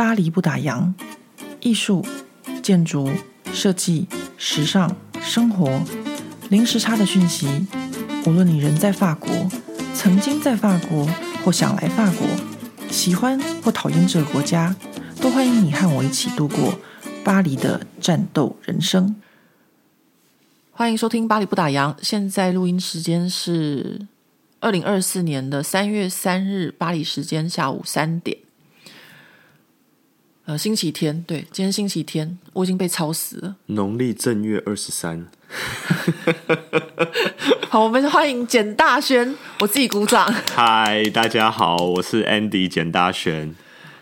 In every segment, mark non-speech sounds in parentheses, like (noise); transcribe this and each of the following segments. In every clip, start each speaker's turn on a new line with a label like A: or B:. A: 巴黎不打烊，艺术、建筑、设计、时尚、生活，零时差的讯息。无论你人在法国，曾经在法国，或想来法国，喜欢或讨厌这个国家，都欢迎你和我一起度过巴黎的战斗人生。欢迎收听《巴黎不打烊》，现在录音时间是二零二四年的三月三日巴黎时间下午三点。呃，星期天，对，今天星期天，我已经被吵死了。
B: 农历正月二十三，
A: 好，我们欢迎简大轩，我自己鼓掌。
B: 嗨，大家好，我是 Andy 简大轩，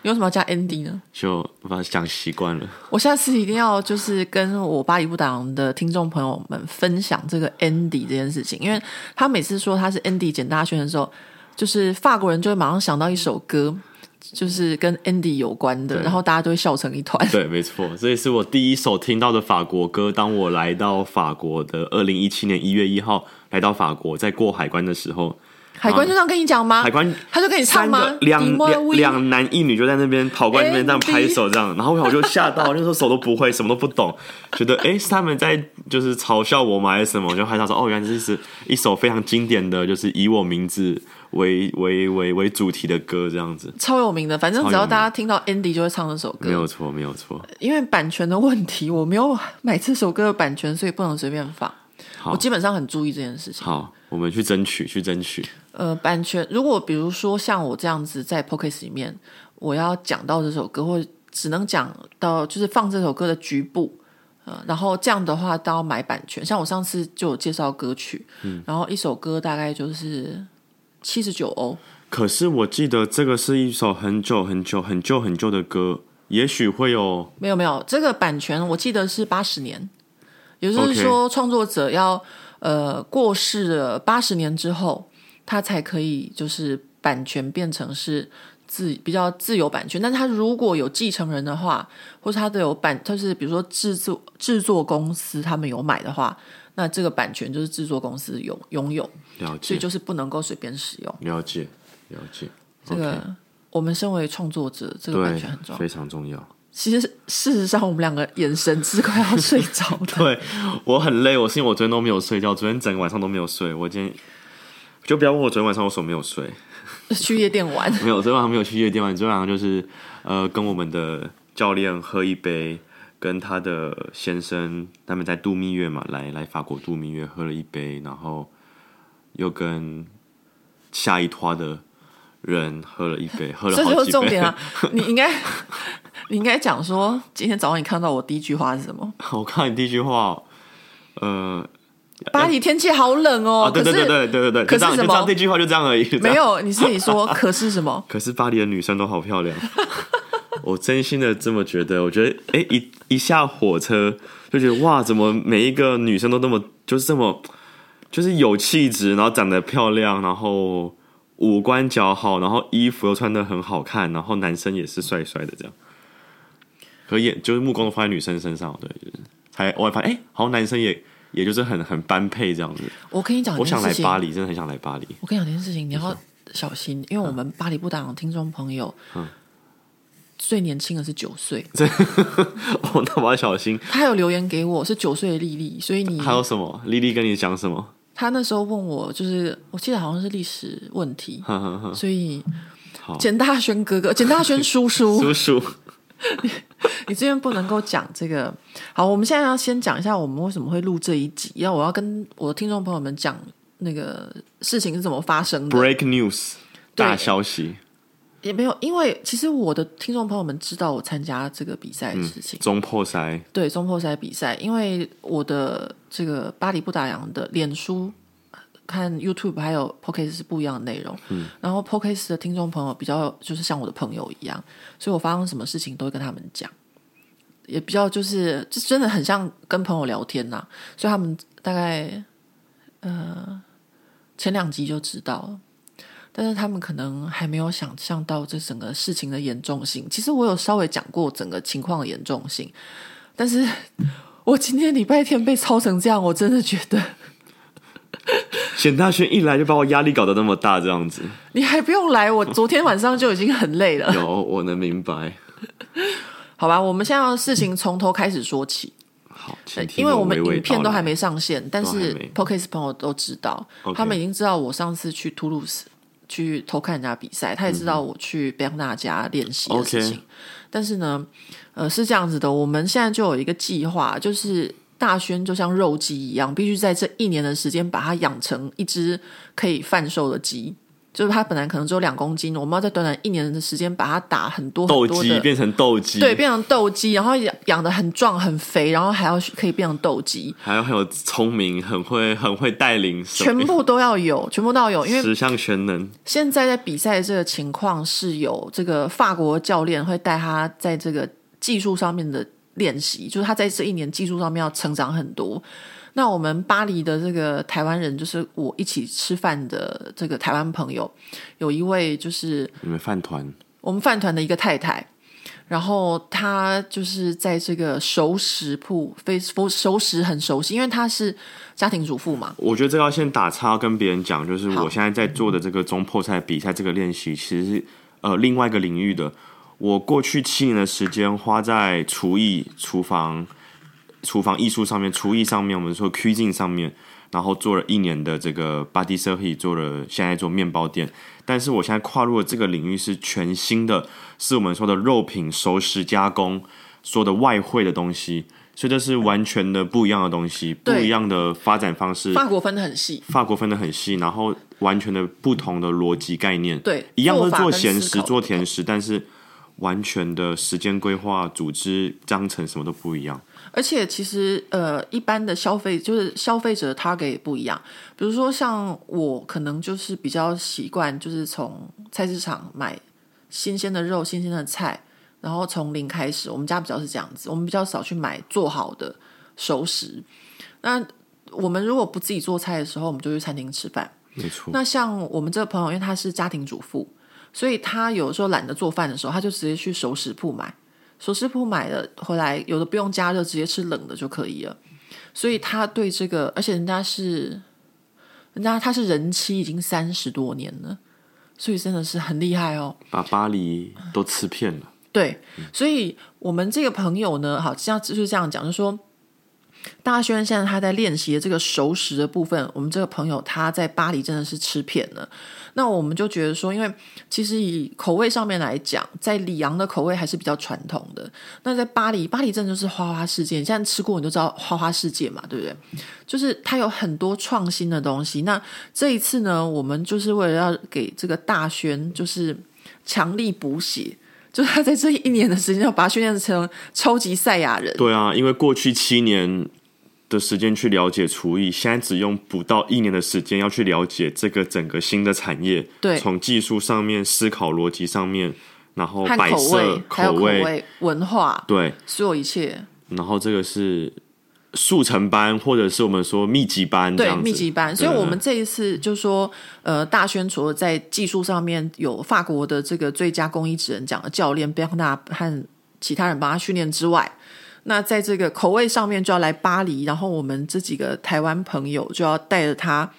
A: 你为什么要加 Andy 呢？
B: 就把它讲习惯了。
A: 我下次一定要就是跟我巴黎不打烊的听众朋友们分享这个 Andy 这件事情，因为他每次说他是 Andy 简大轩的时候，就是法国人就会马上想到一首歌，就是跟 Andy 有关的，
B: 对
A: 然后大家都会笑成一团。
B: 对，没错，这也是我第一首听到的法国歌。当我来到法国的二零一七年一月一号来到法国，在过海关的时候，
A: 海关就这样跟你讲吗？
B: 海关
A: 啊他就跟你唱吗
B: 三个？两
A: Dis-moi
B: 两
A: oui
B: 两男一女就在那边跑过来那边这样拍手
A: 哎
B: 这样，然后我就吓到，那时候手都不会，什么都不懂，觉得诶是他们在就是嘲笑我吗还是什么？我就害怕说哦，原来这是一首非常经典的，就是以我名字为为为为主题的歌这样子，
A: 超有名的，反正只
B: 超有
A: 要
B: 名
A: 大家听到 Andy 就会唱这首
B: 没
A: 歌。
B: 有错，没有错。
A: 因为版权的问题，我没有买这首歌的版权，所以不能随便放。
B: 好
A: 我基本上很注意这件事情。
B: 好，我们去争取，去争取。
A: 呃，版权如果比如说像我这样子在 p o c k e t 里面，我要讲到这首歌，或者只能讲到就是放这首歌的局部，呃，然后这样的话都要买版权。像我上次就有介绍歌曲，
B: 嗯
A: 然后一首歌大概就是七十九欧，
B: 可是我记得这个是一首很久很久很旧很旧的歌，也许会有
A: 没有没有，这个版权我记得是八十年，也就是说创作者要呃过世了八十年之后，他才可以就是版权变成是自比较自由版权。但他如果有继承人的话，或是他的有版，就是比如说制作制作公司他们有买的话，那这个版权就是制作公司拥拥有，
B: 了
A: 所以
B: 解，
A: 就是不能够随便使用。
B: 了解，了解。
A: 这个我们身为创作者，这个版
B: 对
A: 权嗯很重，要。
B: 非常重要。
A: 其实事实上，我们两个眼神是快要睡着的。
B: (laughs) 对我很累，我是因为我昨天都没有睡觉，昨天整个晚上都没有睡。我今天就不要问我昨天晚上为什么没有睡，
A: 去夜店
B: (laughs)
A: 玩，
B: 没有，昨天晚上没有去夜店玩，昨天晚上就是呃跟我们的教练喝一杯，跟他的先生他们在度蜜月嘛，来来法国度蜜月喝了一杯，然后又跟下一拖的人喝了一杯，喝了
A: 这
B: 好
A: 就
B: 几
A: 是
B: 杯。
A: 重点啊！你应该，你应该讲说，今天早上你看到我第一句话是什么？
B: (laughs) 我看你第一句话哦、呃。
A: 巴黎天气好冷哦，
B: 啊，对对对
A: 可是
B: 对对对对，
A: 可
B: 就是这样，就
A: 什
B: 这样，
A: 么
B: 这？句话就这样而已。就这样
A: 没有，你自己
B: (laughs)
A: 说，可是什么？
B: 可是巴黎的女生都好漂亮， (laughs) 我真心的这么觉得。我觉得，哎、一一下火车就觉得哇，怎么每一个女生都那么就是这么就是有气质，然后长得漂亮，然后五官姣好，然后衣服又穿的很好看，然后男生也是帅帅的这样。可眼就是目光都放在女生身上，对，就是才我还发现，哎、好像男生也也就是很很般配这样子。
A: 我跟你讲一
B: 我
A: 件
B: 想
A: 事
B: 来
A: 情，
B: 巴黎，真的很想来巴黎。 (laughs)
A: 我跟你讲一件事情，你要小心，因为我们巴黎不打烊听众朋友，
B: 嗯
A: 最年轻的是九岁，
B: 哦，那我要小心。
A: 他有留言给我是九岁的丽丽，所以你
B: 还有什么？丽丽跟你讲什么？
A: 他那时候问我，就是我记得好像是历史问题，
B: 呵呵呵
A: 所以
B: 好
A: 简大轩哥哥、简大轩叔 (laughs)
B: (laughs)
A: 叔，
B: 叔叔，
A: 你这边不能够讲这个。好，我们现在要先讲一下我们为什么会录这一集，要我要跟我的听众朋友们讲那个事情是怎么发生的。
B: Break news，
A: 对
B: 大消息，
A: 也没有，因为其实我的听众朋友们知道我参加这个比赛的事情，
B: 中破塞，
A: 对中破赛比赛，因为我的这个巴黎不打烊的脸书。看 YouTube 还有 p o c k e t 是不一样的内容，嗯、然后 p o c k e t 的听众朋友比较就是像我的朋友一样，所以我发生什么事情都会跟他们讲，也比较就是这真的很像跟朋友聊天呐、所以他们大概呃前两集就知道了，但是他们可能还没有想象到这整个事情的严重性。其实我有稍微讲过整个情况的严重性，但是我今天礼拜天被操成这样，我真的觉得
B: 简大轩一来就把我压力搞得那么大，这样子，
A: 你还不用来，我昨天晚上就已经很累了。
B: 有我能明白，
A: 好吧，我们现在要事情从头开始说起，
B: 好，
A: 呃
B: 请听
A: 因为我们
B: 娓娓
A: 影片
B: 道
A: 都还
B: 来
A: 没上线，但
B: 都还
A: 是
B: 没
A: p o c k e t 朋友都知道
B: OK
A: 他们已经知道我上次去图鲁斯去偷看人家比赛，他也知
B: 嗯
A: 道我去贝扬纳家练习的事情。
B: OK
A: 但是呢，呃，是这样子的，我们现在就有一个计划，就是大轩就像肉鸡一样，必须在这一年的时间把它养成一只可以贩售的鸡。就是它本来可能只有两公斤，我们要在短短一年的时间把它打很多很
B: 斗
A: 多
B: 鸡
A: 的
B: 变成斗鸡，
A: 对，变成斗鸡，然后养养的很壮很肥，然后还要可以变成斗鸡，
B: 还有很有聪明，很会很会带领什
A: 全
B: 么，
A: 部都要有，全部都要有，因为
B: 十项全能，
A: 现在在比赛的这个情况是有这个法国教练会带他在这个技术上面的练习，就是他在这一年技术上面要成长很多。那我们巴黎的这个台湾人，就是我一起吃饭的这个台湾朋友，有一位就是
B: 你们饭团
A: 我们饭团的一个太太，然后她就是在这个熟食铺，非熟食很熟悉，因为她是家庭主妇嘛。
B: 我觉得这个要先打岔，要跟别人讲，就是
A: 好
B: 我现在在做的这个中破赛比赛这个练习，其实是呃另外一个领域的。我过去七年的时间花在厨艺、厨房、厨房艺术上面，厨艺上面，我们说 cuisine 上面，然后做了一年的这个 body therapy，做了现在做面包店。但是我现在跨入的这个领域是全新的，是我们说的肉品熟食加工，说的外汇的东西，所以这是完全的不一样的东西，不
A: 对
B: 一样的发展方式。
A: 法国分得很细，
B: 法国分得很细，然后完全的不同的逻辑概念，
A: 对
B: 一样都是
A: 做法
B: 做
A: 跟
B: 咸
A: 思
B: 食、
A: 考
B: 做甜食，但是完全的时间规划、组织、章程什么都不一样。
A: 而且其实呃，一般的消费就是消费者的 target 也不一样。比如说像我，可能就是比较习惯就是从菜市场买新鲜的肉、新鲜的菜，然后从零开始。我们家比较是这样子，我们比较少去买做好的熟食。那我们如果不自己做菜的时候，我们就去餐厅吃饭。
B: 没错，
A: 那像我们这个朋友，因为他是家庭主妇，所以他有时候懒得做饭的时候，他就直接去熟食铺买。熟食铺买了回来，有的不用加热，直接吃冷的就可以了。所以他对这个，而且人家是，人家他是人妻已经三十多年了，所以真的是很厉害哦。
B: 把巴黎都吃遍了。
A: 对，所以我们这个朋友呢，好，这样就是这样讲，就是说，大轩现在他在练习的这个熟食的部分，我们这个朋友他在巴黎真的是吃遍了。那我们就觉得说，因为其实以口味上面来讲，在里昂的口味还是比较传统的。那在巴黎，巴黎真的就是花花世界，你现在吃过你就知道花花世界嘛，对不对？就是它有很多创新的东西。那这一次呢，我们就是为了要给这个大轩就是强力补血。就是他在这一年的时间，要把他训练成超级赛亚人。
B: 对啊，因为过去七年的时间去了解厨艺，现在只用不到一年的时间要去了解这个整个新的产业。
A: 对
B: 从技术上面、思考逻辑上面，然后
A: 和
B: 摆
A: 口
B: 设
A: 味、、还有口味、文化，
B: 对，
A: 所有一切，
B: 然后这个是速成班，或者是我们说密集班这
A: 对
B: 样子，
A: 密集班。所以，
B: 对啊
A: 我们这一次就说，呃，大宣除了在技术上面有法国的这个最佳公益指人奖的教练贝昂纳和其他人帮他训练之外，那在这个口味上面就要来巴黎，然后我们这几个台湾朋友就要带着他。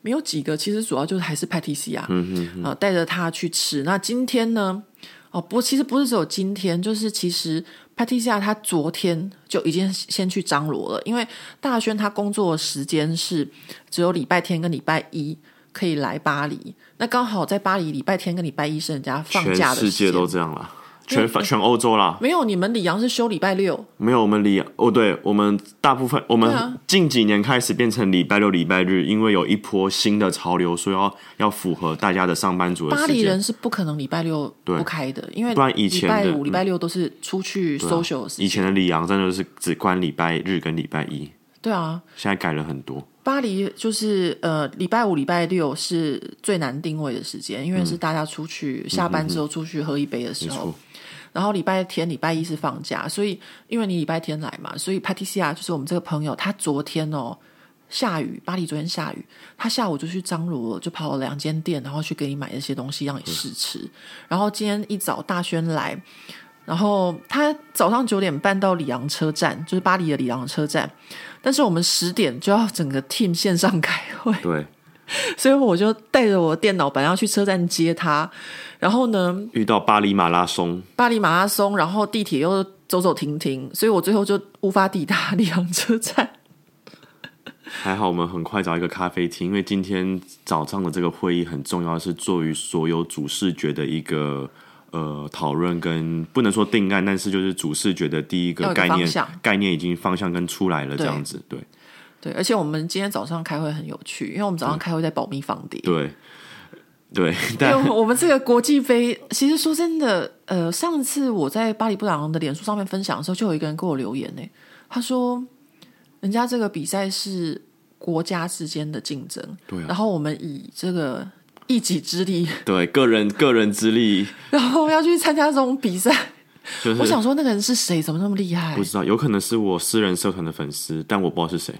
A: 没有几个，其实主要就是还是派蒂西亚，嗯嗯，啊，带着他去吃。那今天呢？哦，不，其实不是只有今天，就是其实派蒂西亚他昨天就已经先去张罗了，因为大轩他工作的时间是只有礼拜天跟礼拜一可以来巴黎，那刚好在巴黎礼拜天跟礼拜一是人家放假的
B: 全世
A: 时
B: 界
A: 间
B: 都这样啦，全法全欧洲啦，
A: 没有，你们里昂是休礼拜六，
B: 没有我们礼哦，对我们大部分我
A: 对啊
B: 们近几年开始变成礼拜六、礼拜日，因为有一波新的潮流，所以要要符合大家的上班族的
A: 巴
B: 时
A: 黎
B: 间。
A: 人是不可能礼拜六不开的，因为
B: 不然以前的嗯啊
A: 礼拜五、礼拜六都是出去 social 的时
B: 以前
A: 间。
B: 的里昂真的是只关礼拜日跟礼拜一，
A: 对啊，
B: 现在改了很多。
A: 巴黎就是呃，礼拜五、礼拜六是最难定位的时间，因为是大家出去、下班之后出去喝一杯的时候。
B: 错
A: 然后礼拜天、礼拜一是放假，所以因为你礼拜天来嘛，所以 Patricia 就是我们这个朋友，她昨天哦下雨，巴黎昨天下雨，她下午就去张罗，就跑了两间店，然后去给你买一些东西让你试吃。然后今天一早大轩来，然后他早上九点半到里昂车站，就是巴黎的里昂车站，但是我们十点就要整个 team 线上开会。
B: 对，
A: 所以我就带着我的电脑本来要去车站接他，然后呢，
B: 遇到巴黎马拉松，
A: 巴黎马拉松，然后地铁又走走停停，所以我最后就无法抵达里昂车站。
B: 还好我们很快找一个咖啡厅，因为今天早上的这个会议很重要，是做于所有主视觉的一个呃讨论跟不能说定案，但是就是主视觉的第一
A: 要有
B: 个
A: 一个
B: 概念
A: 方向
B: 概念已经方向跟出来了，这样子对
A: 对，而且我们今天早上开会很有趣，因为我们早上开会在保密房谍。
B: 对对，
A: 因
B: 但
A: 为我们这个国际飞，其实说真的，呃，上次我在巴黎布朗的脸书上面分享的时候，就有一个人给我留言呢、他说人家这个比赛是国家之间的竞争，
B: 对啊
A: 然后我们以这个一己之力，
B: (laughs) 对个人个人之力
A: 然后要去参加这种比赛，
B: 就是
A: (laughs) 我想说那个人是谁，怎么那么厉害
B: 不？知道，有可能是我私人社团的粉丝，但我不知道是谁，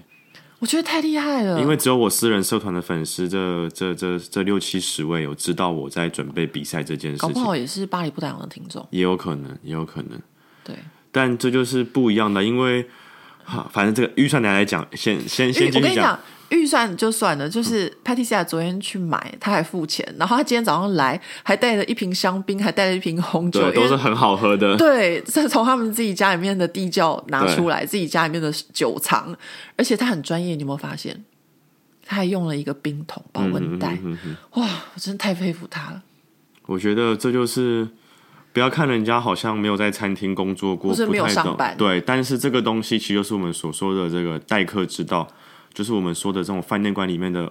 A: 我觉得太厉害了，
B: 因为只有我私人社团的粉丝这这这这六七十位有知道我在准备比赛这件事
A: 搞不
B: 情，
A: 好也是巴黎布朗的听众，
B: 也有可能，也有可能。
A: 对。
B: 但这就是不一样的，因为哈，反正这个预算来来讲，先先
A: 预
B: 先
A: 我
B: 继
A: 跟
B: 续
A: 你
B: 讲嗯
A: 讲，预算就算了，就是 Patricia 昨天去买，她还付钱，然后她今天早上来还带了一瓶香槟，还带了一瓶红酒，
B: 对，都
A: 因
B: 是
A: 为
B: 很好喝的，
A: 对，是从他们自己家里面的地窖拿出来，自己家里面的酒藏，而且她很专业，你有没有发现？她还用了一个冰桶
B: 嗯
A: 保温袋，哇，我真的太佩服她了，
B: 我觉得这就是不要看人家好像没有在餐厅工作过，
A: 或是
B: 不
A: 没有
B: 太
A: 上
B: 懂
A: 班
B: 对，但是这个东西其实就是我们所说的这个待客之道，就是我们说的这种饭店馆里面的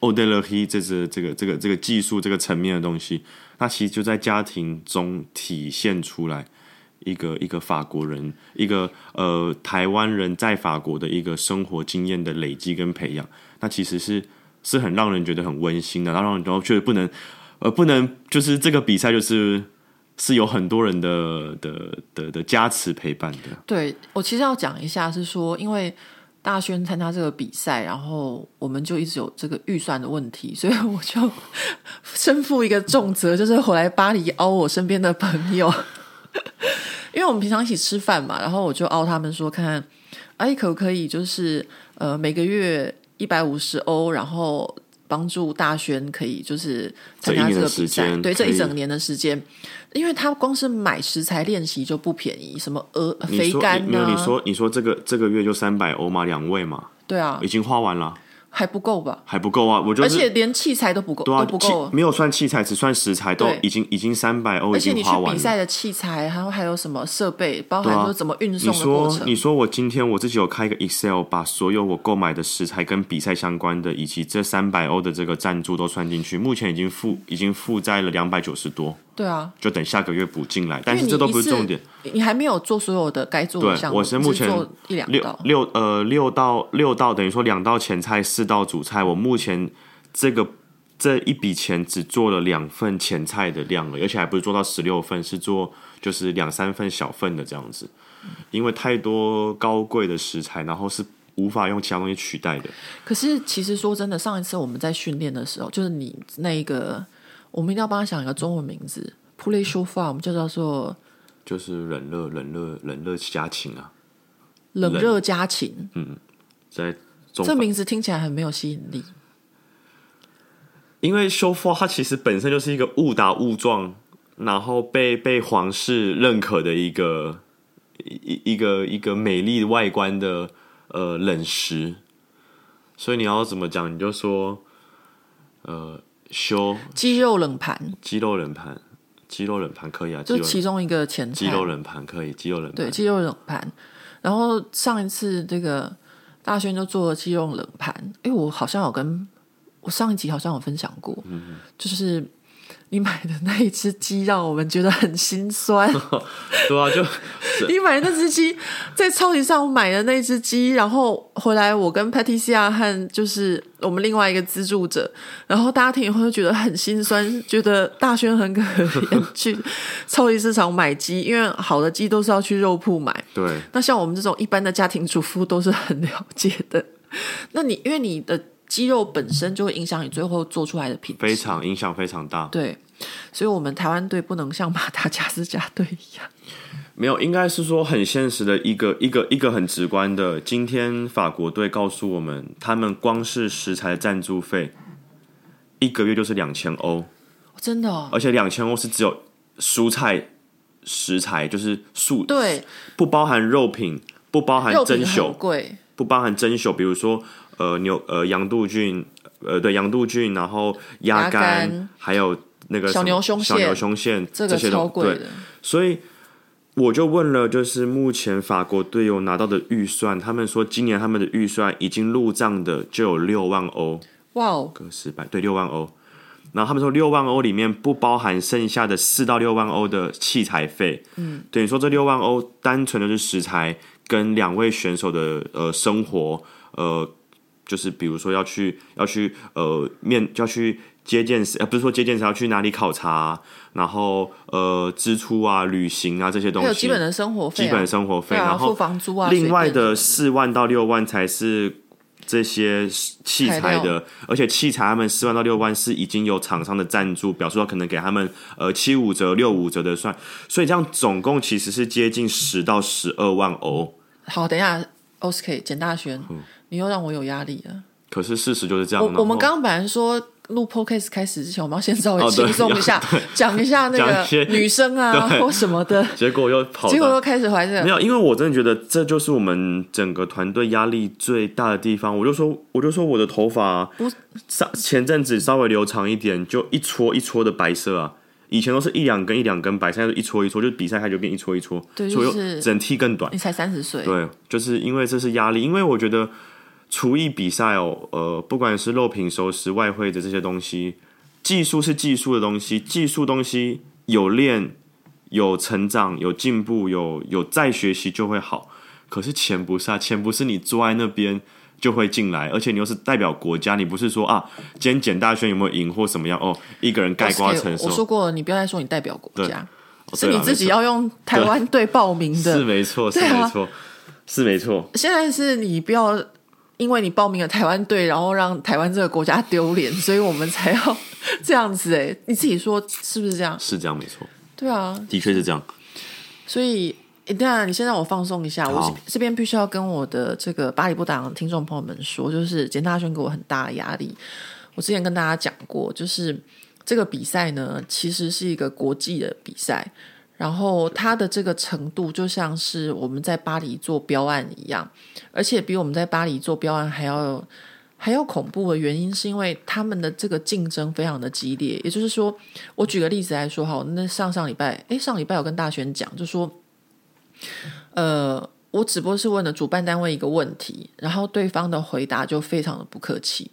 B: o d e l e r i 这是这个这个这个技术这个层面的东西，那其实就在家庭中体现出来。一个一个法国人，一个呃台湾人在法国的一个生活经验的累积跟培养，那其实是是很让人觉得很温馨的，然后让人然后觉得不能呃不能就是这个比赛就是是有很多人的的的的加持陪伴的，
A: 对我其实要讲一下，是说因为大轩参加这个比赛，然后我们就一直有这个预算的问题， (laughs) 所以我就身负一个重责，就是回来巴黎凹我身边的朋友， (laughs) 因为我们平常一起吃饭嘛，然后我就凹他们说，看看哎可不可以就是呃每个月一百五十欧，然后。帮助大轩可以就是参加
B: 这一
A: 这
B: 年
A: 个
B: 的
A: 比
B: 时
A: 赛，
B: 间
A: 对这
B: 可
A: 一
B: 以
A: 整年的时间，因为他光是买食材练习就不便宜，什么鹅
B: 你
A: 肥
B: 说
A: 干
B: 你
A: 啊，
B: 没有？你说你说这个这个月就三百欧嘛，两位嘛，
A: 对啊
B: 已，经花完了，
A: 还不够吧？
B: 还不够啊！我就
A: 而
B: 是
A: 且连器材都不够，
B: 对啊，
A: 都不
B: 器
A: 够。
B: 没有算器材，只算食材，都
A: 对
B: 已经已经三百欧
A: 而
B: 已
A: 且
B: 经
A: 你去
B: 花完
A: 比
B: 了。
A: 赛的器材，还有还有什么设备，包
B: 对
A: 含
B: 啊
A: 说怎么运
B: 你
A: 送的过
B: 说，
A: 程，
B: 你说我今天我自己有开一个 Excel，把所有我购买的食材跟比赛相关的，以及这三百欧的这个赞助都算进去，目前已经负已经负债了两百九十多，
A: 对啊，
B: 就等下个月补进来。
A: 因
B: 但
A: 为
B: 是
A: 你
B: 这都不
A: 一次
B: 是重点，，
A: 你还没有做所有的该做的
B: 对
A: 项目，
B: 我是目前
A: 只做一两
B: 六
A: 道，
B: 六呃六道六道等于说两道前菜，四道主菜。我目前这个这一笔钱只做了两份前菜的量了，而且还不是做到十六份，是做就是两三份小份的这样子。因为太多高贵的食材，然后是无法用其他东西取代的。
A: 可是其实说真的，上一次我们在训练的时候，就是你那个，我们一定要帮他想一个中文名字 p l a y show farm 就叫做
B: 就是冷热冷热冷热家禽啊，
A: 冷热家禽，
B: 嗯在中
A: 这
B: 法
A: 名字听起来很没有吸引力。
B: 因为修复它其实本身就是一个误打误撞，然后被被皇室认可的一个一一一个一个美丽外观的呃冷食，所以你要怎么讲，你就说呃修
A: 鸡肉冷盘
B: 鸡肉冷盘，鸡肉冷盘可以啊，鸡
A: 就
B: 肉
A: 是其中一个前菜，
B: 鸡肉冷盘可以，鸡肉冷
A: 对，
B: 盘
A: 鸡肉冷盘。然后上一次这个大轩就做了鸡肉冷盘，哎，我好像有跟我上一集好像有分享过，
B: 嗯
A: 就是你买的那一只鸡让我们觉得很心酸。
B: 对啊，就
A: 你买的那只鸡在超级上买的那只鸡，然后回来我跟 Patricia 和就是我们另外一个资助者，然后大家听以后就觉得很心酸，觉得大轩很可怜，去超级市场买鸡，因为好的鸡都是要去肉铺买。
B: 对
A: 那像我们这种一般的家庭主妇都是很了解的。那你因为你的肌肉本身就会影响你最后做出来的品质，
B: 非常影响非常大。
A: 对，所以我们台湾队不能像马达加斯加队一样。
B: 没有，应该是说很现实的一个一个一个很直观的。今天法国队告诉我们，他们光是食材赞助费一个月就是两千欧，
A: 真的、哦，
B: 而且两千欧是只有蔬菜食材，就是素，
A: 对，
B: 不包含肉品，不包含
A: 肉
B: 珍
A: 品
B: 朽
A: 很，贵，
B: 不包含珍朽，比如说呃牛呃羊肚菌，呃对羊肚菌，然后鸭
A: 鸭
B: 肝，
A: 肝
B: 还有那个
A: 小
B: 什么
A: 牛胸
B: 小牛
A: 腺
B: 胸腺
A: 这个
B: 些东
A: 超贵
B: 对
A: 的。
B: 所以我就问了，就是目前法国队友拿到的预算，他们说今年他们的预算已经入账的就有六万欧，
A: 哇哦，
B: 个十百对六万欧。然后他们说六万欧里面不包含剩下的四到六万欧的器材费，嗯，等于说这六万欧单纯的是食材跟两位选手的呃生活，呃，就是比如说要去要去呃面要去接见谁，呃不是说接见谁，要去哪里考察、然后呃支出啊、旅行啊这些东
A: 还有
B: 西，
A: 基本的生活费、啊，
B: 基本生活费，
A: 对啊
B: 然后
A: 付房租啊
B: 另外
A: 水电
B: 的四万到六万才是这些器材
A: 材
B: 的，而且器材他们四万到六万是已经有厂商的赞助，表示说可能给他们呃七五折、六五折的算，所以这样总共其实是接近十到十二万欧。
A: 好，等一下，Oscar 简大轩，你又让我有压力了。
B: 可是事实就是这样。哦
A: 我
B: 嗯然后
A: 我们刚刚本来说录 podcast 开始之前，我们要先稍微
B: (laughs) 哦对
A: 轻松一下，讲一下那
B: 讲一些
A: 个女生啊
B: 对
A: 或什么的，
B: 结果又跑到，
A: 结果又开始怀着
B: 没。有，因为我真的觉得这就是我们整个团队压力最大的地方。我就说，我就说我的头发
A: 不
B: 上前阵子稍微留长一点，就一撮一撮的白色啊。以前都是一两根一两根白，现在是一撮一撮，就是比赛开始就变一撮一撮，
A: 对
B: 所以我
A: 就是
B: 又整剃更短
A: 你。才三十岁，
B: 对，就是因为这是压力，因为我觉得厨艺比赛哦，呃，不管是肉品、熟食、外汇的这些东西，技术是技术的东西，技术东西有练、有成长、有进步、有有再学习就会好。可是钱不是啊，钱不是你坐在那边就会进来，而且你又是代表国家，你不是说啊，今天简大轩有没有赢或什么样哦，一个人盖瓜
A: Oscar，
B: 承受
A: 我，说过了，你不要再说你代表国家，
B: 哦
A: 是
B: 对
A: 你
B: 啦
A: 自己
B: 没错
A: 要用台湾队报名
B: 是
A: 的。
B: 没错，是
A: 对啊
B: 没错，是没错，
A: 现在是你不要因为你报名了台湾队，然后让台湾这个国家丢脸，所以我们才要 (laughs) 这样子。哎，你自己说是不是这样？
B: 是这样没错，
A: 对啊，
B: 的确是这样。
A: 所以，诶当然，你先让我放松一下。我
B: 好
A: 这这边必须要跟我的这个巴黎不党听众朋友们说，就是简大轩给我很大的压力。我之前跟大家讲过，就是这个比赛呢，其实是一个国际的比赛，然后它的这个程度就像是我们在巴黎做标案一样，而且比我们在巴黎做标案还要还要恐怖的原因，是因为他们的这个竞争非常的激烈。也就是说，我举个例子来说，哈，那上上礼拜，诶，上礼拜我跟大轩讲，就说，呃，我只不过是问了主办单位一个问题，然后对方的回答就非常的不客气。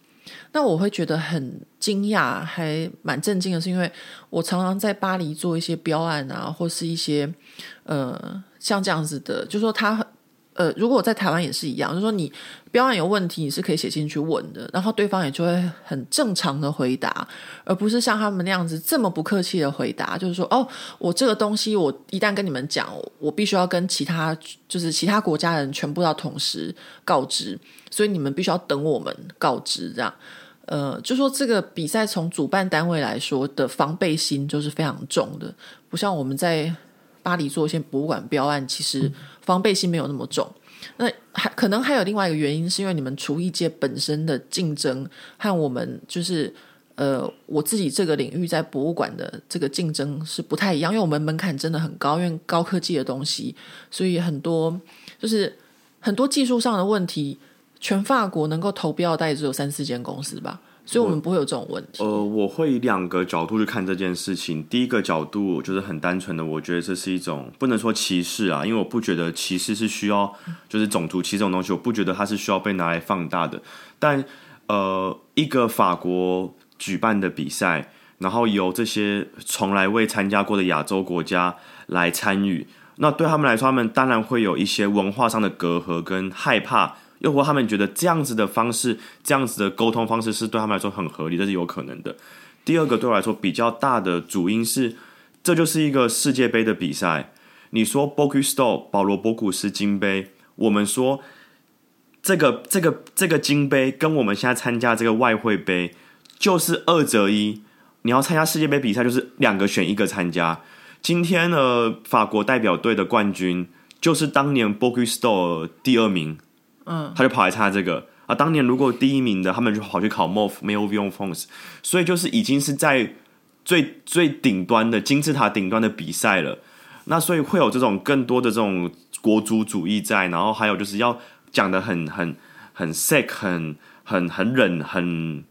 A: 那我会觉得很惊讶，还蛮震惊的，是因为我常常在巴黎做一些标案啊，或是一些呃像这样子的，就说他呃，如果我在台湾也是一样，就是说你标案有问题，你是可以写进去问的，然后对方也就会很正常的回答，而不是像他们那样子这么不客气的回答，就是说哦，我这个东西我一旦跟你们讲，我必须要跟其他就是其他国家人全部要同时告知，所以你们必须要等我们告知这样。呃，就说这个比赛从主办单位来说的防备心就是非常重的，不像我们在巴黎做一些博物馆标案，其实防备心没有那么重。那还可能还有另外一个原因，是因为你们厨艺界本身的竞争和我们就是呃我自己这个领域在博物馆的这个竞争是不太一样，因为我们门槛真的很高，因为高科技的东西，所以很多就是很多技术上的问题，全法国能够投标的大概只有三四间公司吧，所以我们不会有这种问题。
B: 呃，我会以两个角度去看这件事情。第一个角度就是很单纯的，我觉得这是一种不能说歧视啊，因为我不觉得歧视是需要就是种族歧视这种东西，我不觉得它是需要被拿来放大的。但呃，一个法国举办的比赛，然后由这些从来未参加过的亚洲国家来参与，那对他们来说，他们当然会有一些文化上的隔阂跟害怕，又或他们觉得这样子的方式、这样子的沟通方式是对他们来说很合理，这是有可能的。第二个对我来说比较大的主因是，这就是一个世界杯的比赛。你说 b o g u s t o 保罗·博古斯金杯，我们说这个这个这个金杯跟我们现在参加这个外汇杯就是二择一。你要参加世界杯比赛，就是两个选一个参加。今天呢，法国代表队的冠军就是当年 b o g u s t o 第二名，嗯，他就跑来参加这个。啊，当年如果第一名的，他们就跑去考 MOF，没有 v o n f o n s 所以就是已经是在最最顶端的金字塔顶端的比赛了。那所以会有这种更多的这种国族主义在，然后还有就是要讲的很很很 sick，很很很忍，很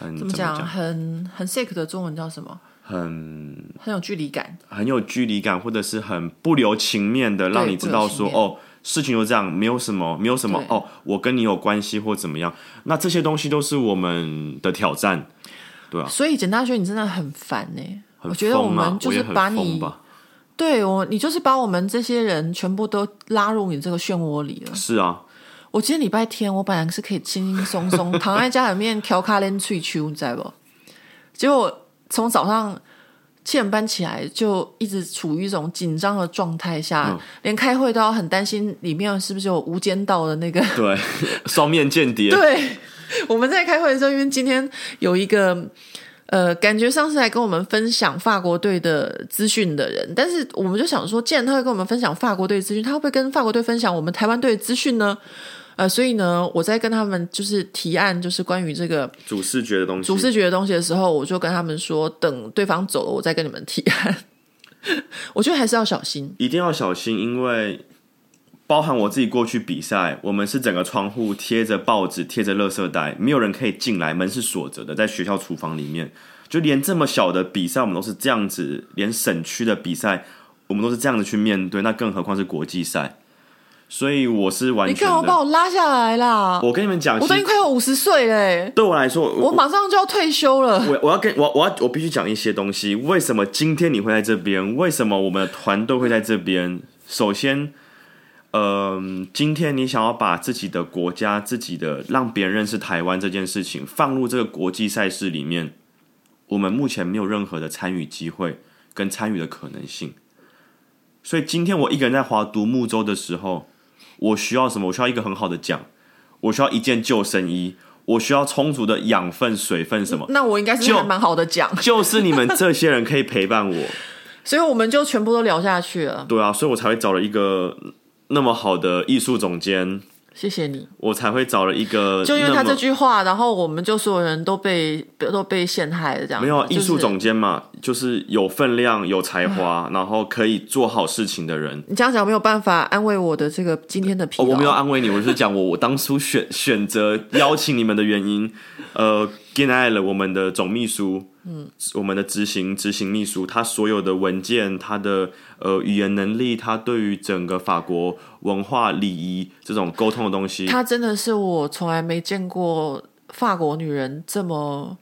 B: 很
A: 怎
B: 怎
A: 么
B: 么
A: 讲？啊
B: 讲，
A: 很很 sick 的中文叫什么？
B: 很
A: 很有距离感。
B: 很有距离感，或者是很不留情面的，让你知道说
A: 不留情面
B: 哦，事情就这样，没有什么，没有什么
A: 对
B: 哦，我跟你有关系或怎么样。那这些东西都是我们的挑战，
A: 所以简大学你真的很烦呢、
B: 很
A: 我觉得我
B: 疯啊
A: 们就
B: 我也
A: 是
B: 很
A: 把
B: 疯
A: 你
B: 吧，
A: 对我，你就是把我们这些人全部都拉入你这个漩涡里了。
B: 是啊，
A: 我今天礼拜天，我本来是可以轻轻松
B: (laughs)
A: 松躺在家里面调咖喱脆秋，你知道不？结果从早上七点半起来，就一直处于一种紧张的状态下，
B: 嗯
A: 连开会都要很担心里面是不是有无间道的那个
B: 对， (laughs) 双面间谍，
A: 对，我们在开会的时候，因为今天有一个呃，感觉上次来跟我们分享法国队的资讯的人，但是我们就想说，既然他会跟我们分享法国队的资讯，他会不会跟法国队分享我们台湾队的资讯呢？呃，所以呢，我在跟他们就是提案，就是关于这个呃
B: 主视觉的东西，
A: 主视觉的东西的时候，我就跟他们说，等对方走了，我再跟你们提案。 (laughs) 我觉得还是要小心，
B: 一定要小心，因为包含我自己过去比赛，我们是整个窗户贴着报纸、贴着垃圾袋，没有人可以进来，门是锁着的，在学校厨房里面，就连这么小的比赛，我们都是这样子，连省区的比赛，我们都是这样子去面对，那更何况是国际赛。所以我是完
A: 你
B: 全
A: 干嘛把
B: 的，
A: 我拉下来啦？
B: 我跟你们讲，
A: 我
B: 其
A: 都已经
B: 实
A: 快要五十岁嘞、
B: 对我来说，我
A: 我马上就要退休了。
B: 我我要跟我我要我必须讲一些东西。为什么今天你会在这边？为什么我们的团队会在这边？首先，嗯、今天你想要把自己的国家、自己的让别人认识台湾这件事情放入这个国际赛事里面，我们目前没有任何的参与机会跟参与的可能性。所以今天我一个人在划独木舟的时候，我需要什么？我需要一个很好的桨，我需要一件救生衣，我需要充足的养分、水分什么。
A: 那我应该是
B: 就
A: 还蛮好的讲，
B: 就是你们这些人可以陪伴我，
A: 所以我们就全部都聊下去了。
B: 对啊，所以我才会找了一个那么好的艺术总监，
A: 谢谢你，
B: 我才会找了一个
A: 就因为他
B: 那么
A: 这句话，然后我们就所有人都被都被陷害了，这样
B: 没有啊
A: 就
B: 艺
A: 是
B: 术总监嘛，就是有分量、有才华，然后可以做好事情的人。
A: 你这样讲没有办法安慰我的这个今天的疲
B: 哦，我没有
A: 劳。
B: 安慰你，我是讲我我当初选选择邀请你们的
A: (laughs)
B: 原因。呃 g a n a l 我们的总秘书，嗯，我们的执行执行秘书，他所有的文件，他的呃语言能力，他对于整个法国文化礼仪这种沟通的东西，
A: 她真的是我从来没见过法国女人这么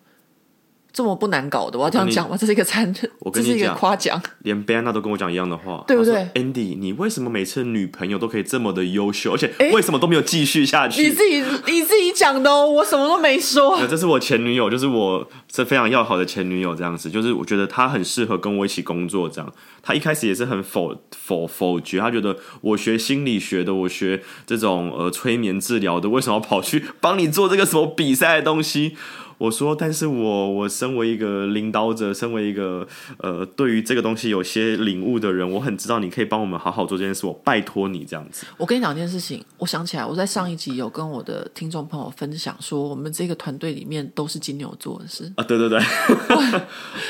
A: 这么不难搞的。我要这样讲吗？这是一个参，
B: 我
A: 这
B: 跟你
A: 是一个
B: 讲
A: 夸奖。
B: 连 b a n n a 都跟我讲一样的话，
A: 对不
B: 他说
A: 对
B: ？Andy，你为什么每次女朋友都可以这么的优秀，而且为什么都没有继续下去？
A: 你自己你自己讲的哦，我什么都没说。
B: 呃，这是我前女友，就是我是非常要好的前女友，这样子，就是我觉得她很适合跟我一起工作，这样。她一开始也是很否否否决，她觉得我学心理学的，我学这种呃催眠治疗的，为什么要跑去帮你做这个什么比赛的东西？我说，但是我我身为一个领导者，身为一个呃对于这个东西有些领悟的人，我很知道你可以帮我们好好做这件事，我拜托你这样子。
A: 我跟你讲一件事情，我想起来，我在上一集有跟我的听众朋友分享说，我们这个团队里面都是金牛座的事。
B: 啊，对对 (laughs) 对，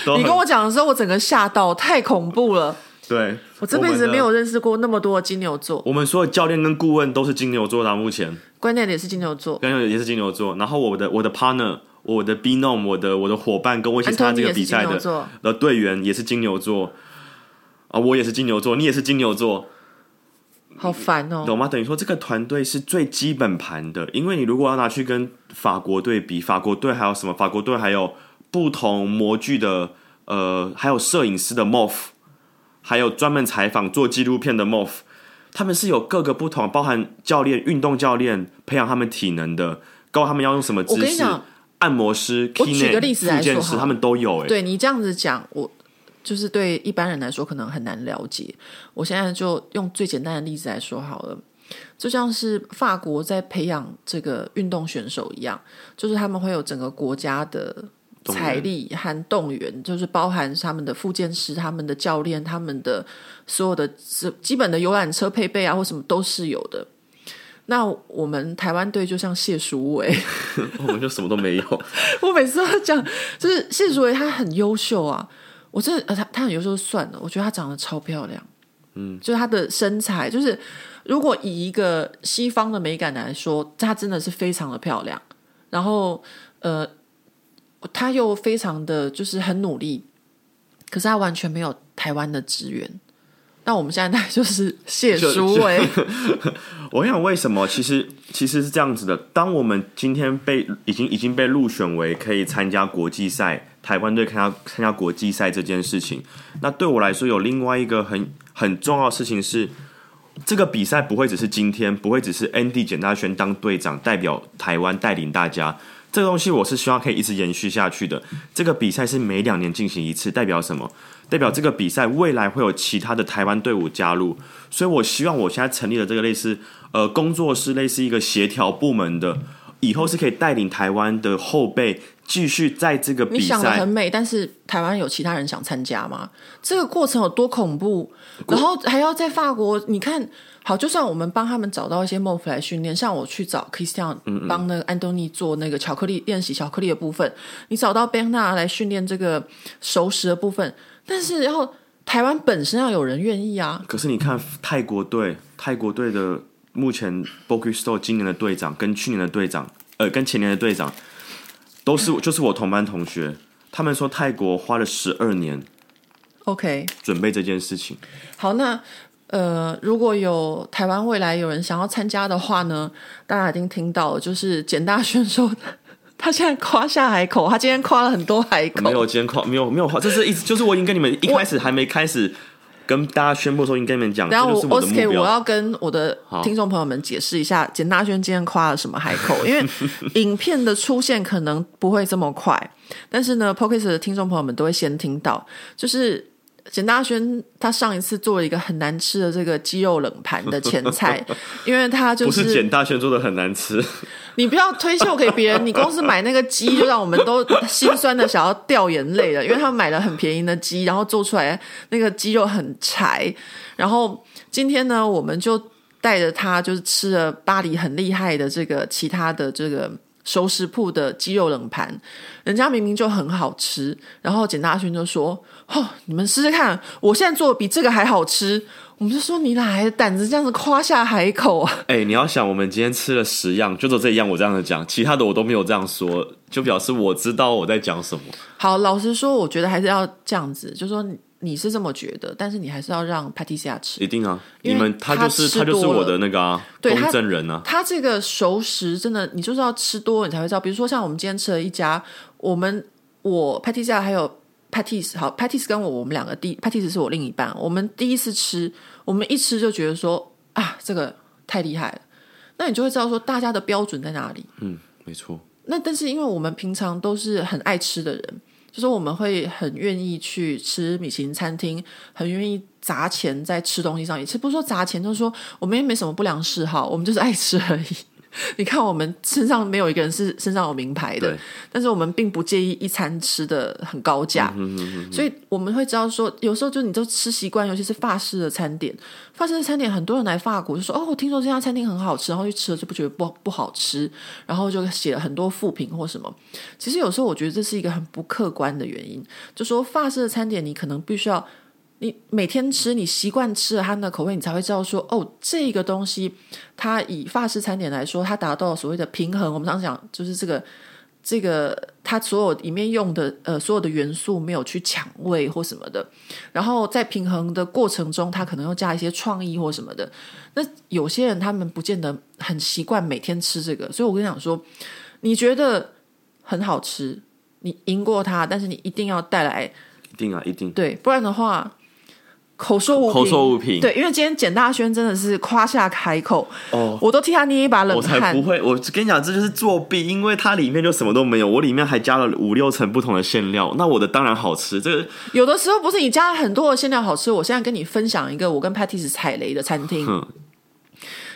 B: 都
A: 你
B: 很
A: 跟我讲的时候，我整个吓到，太恐怖了！
B: 对，
A: 我这辈子
B: 们的
A: 没有认识过那么多的金牛座，
B: 我们所有教练跟顾问都是金牛座的啊、目前
A: 关键也是金牛座，
B: 跟也是金牛座。然后我的我的 partner，我的 B nom，我的我的伙伴跟我一起
A: 安
B: 参
A: 东尼
B: 加这
A: 也
B: 个
A: 是
B: 比
A: 金
B: 赛
A: 牛
B: 的
A: 座，
B: 的队员也是金牛座啊，我也是金牛座，你也是金牛座，
A: 好烦哦！
B: 懂吗？等于说这个团队是最基本盘的，因为你如果要拿去跟法国队比，法国队还有什么？法国队还有不同模具的呃，还有摄影师的 MOF，还有专门采访做纪录片的 MOF，他们是有各个不同，包含教练、运动教练培养他们体能的，告诉他们要用什么
A: 我
B: 姿
A: 跟你
B: 势，
A: 讲，
B: 按摩师、
A: 我举
B: kine
A: 个例子来
B: 复健
A: 说
B: 师，
A: 好
B: 他们都有、欸。
A: 对你这样子讲，我就是对一般人来说可能很难了解。我现在就用最简单的例子来说好了，就像是法国在培养这个运动选手一样，就是他们会有整个国家的。
B: 动员
A: 财力和动员，就是包含他们的复健师、他们的教练、他们的所有的基基本的游览车配备啊，或什么都是有的。那我们台湾队就像谢淑薇，
B: (laughs) 我们就什么都没有。
A: (laughs) 我每次都讲，就是谢淑薇她很优秀啊，我真的呃她她很优秀就算了，我觉得她长得超漂亮，嗯，就是她的身材，就是如果以一个西方的美感来说，她真的是非常的漂亮，然后呃，她又非常的就是很努力，可是她完全没有台湾的职员。那我们现在大概就是谢
B: 就
A: 淑薇，
B: 我想为什么？其实其实是这样子的，当我们今天被已经已经被入选为可以参加国际赛，台湾队参加参加国际赛这件事情，那对我来说有另外一个很很重要的事情是，这个比赛不会只是今天，不会只是 Andy 简大轩当队长代表台湾带领大家。这个东西我是希望可以一直延续下去的。这个比赛是每两年进行一次，代表什么？代表这个比赛未来会有其他的台湾队伍加入。所以我希望我现在成立了这个类似呃工作室，类似一个协调部门的，以后是可以带领台湾的后辈继续在这个
A: 你
B: 比
A: 想的很
B: 赛。
A: 美，但是台湾有其他人想参加吗？这个过程有多恐怖？然后还要在法国，你看好，就算我们帮他们找到一些 MOF 来训练，像我去找 Christian
B: 嗯
A: 帮那个安东尼做那个巧克力练习巧克力的部分，你找到 b e n a 来训练这个熟食的部分，但是要台湾本身要有人愿意啊，
B: 可是你看泰国队，泰国队的目前 b o g u s t o 今年的队长跟去年的队长，呃，跟前年的队长都是
A: 嗯
B: 就是我同班同学，他们说泰国花了十二年
A: OK，
B: 准备这件事情。
A: 好，那呃，如果有台湾未来有人想要参加的话呢，大家已经听到了，就是简大选手他现在夸下海口，他今天夸了很多海口
B: 没，有监
A: 哦
B: 控，没有没有话，这是一直就是我已经跟你们一开始还没开始跟大家宣布的时候，已经跟你们讲，这
A: 然后
B: 就是
A: 我
B: 的目
A: OK，
B: 标。
A: 我要跟我的听众朋友们解释一下，简大轩今天夸了什么海口，因
B: (laughs)
A: 为影片的出现可能不会这么快，但是呢 p o c k e t 的听众朋友们都会先听到，就是。简大轩他上一次做了一个很难吃的这个鸡肉冷盘的前菜，因为他就
B: 不是简大轩做的很难吃， (laughs)
A: 你不要推卸给别人，你公司买那个鸡就让我们都心酸的想要掉眼泪了，因为他们买了很便宜的鸡，然后做出来那个鸡肉很柴。然后今天呢，我们就带着他就是吃了巴黎很厉害的这个其他的这个熟食铺的鸡肉冷盘，人家明明就很好吃，然后简大勋就说：“哦，你们试试看，我现在做的比这个还好吃。”我们就说你哪来的胆子这样子夸下海口啊？
B: 哎、你要想，我们今天吃了十样，就只有这一样我这样子讲，其他的我都没有这样说，就表示我知道我在讲什么。
A: 好，老实说，我觉得还是要这样子，就说你你是这么觉得，但是你还是要让 Patricia 吃。
B: 一定啊，
A: 因
B: 你
A: 为
B: 们他就是
A: 他吃
B: 他就是
A: 多了
B: 我的那个啊，
A: 对
B: 公
A: 他
B: 证人啊。
A: 它这个熟食真的，你就是要吃多了你才会知道。比如说像我们今天吃了一家，我们我 Patricia 还有 Patis，好 Patis 跟我我们两个第 Patis 是我另一半，我们第一次吃，我们一吃就觉得说啊，这个太厉害了。那你就会知道说大家的标准在哪里。
B: 嗯，没错，
A: 那但是因为我们平常都是很爱吃的人，就是我们会很愿意去吃米其林餐厅，很愿意砸钱在吃东西上。也其实不是说砸钱，就是说我们也没什么不良嗜好，我们就是爱吃而已。 (laughs) 你看，我们身上没有一个人是身上有名牌的
B: 对，
A: 但是我们并不介意一餐吃的很高价，所以我们会知道说，有时候就你都吃习惯，尤其是法式的餐点，法式的餐点很多人来法国就说，哦，我听说这家餐厅很好吃，然后去吃了就不觉得不不好吃，然后就写了很多负评或什么。其实有时候我觉得这是一个很不客观的原因，就说法式的餐点你可能必须要。你每天吃，你习惯吃了它的口味，你才会知道说，哦，这个东西它以法式餐点来说，它达到所谓的平衡。我们常讲，就是这个这个它所有里面用的呃所有的元素没有去抢味或什么的，然后在平衡的过程中，它可能又加一些创意或什么的。那有些人他们不见得很习惯每天吃这个，所以我跟你讲说，你觉得很好吃，你赢过它，但是你一定要带来
B: 一定啊，一定。
A: 对，不然的话。口说无凭，
B: 口说无凭
A: 对，因为今天简大轩真的是夸下海口，
B: 哦
A: 我都替他捏一把冷
B: 我才
A: 汗
B: 不。会，我跟你讲，这就是作弊，因为它里面就什么都没有，我里面还加了五六层不同的馅料，那我的当然好吃。这个
A: 有的时候不是你加了很多的馅料好吃，我现在跟你分享一个我跟 Patty 是踩雷的餐厅，
B: 哼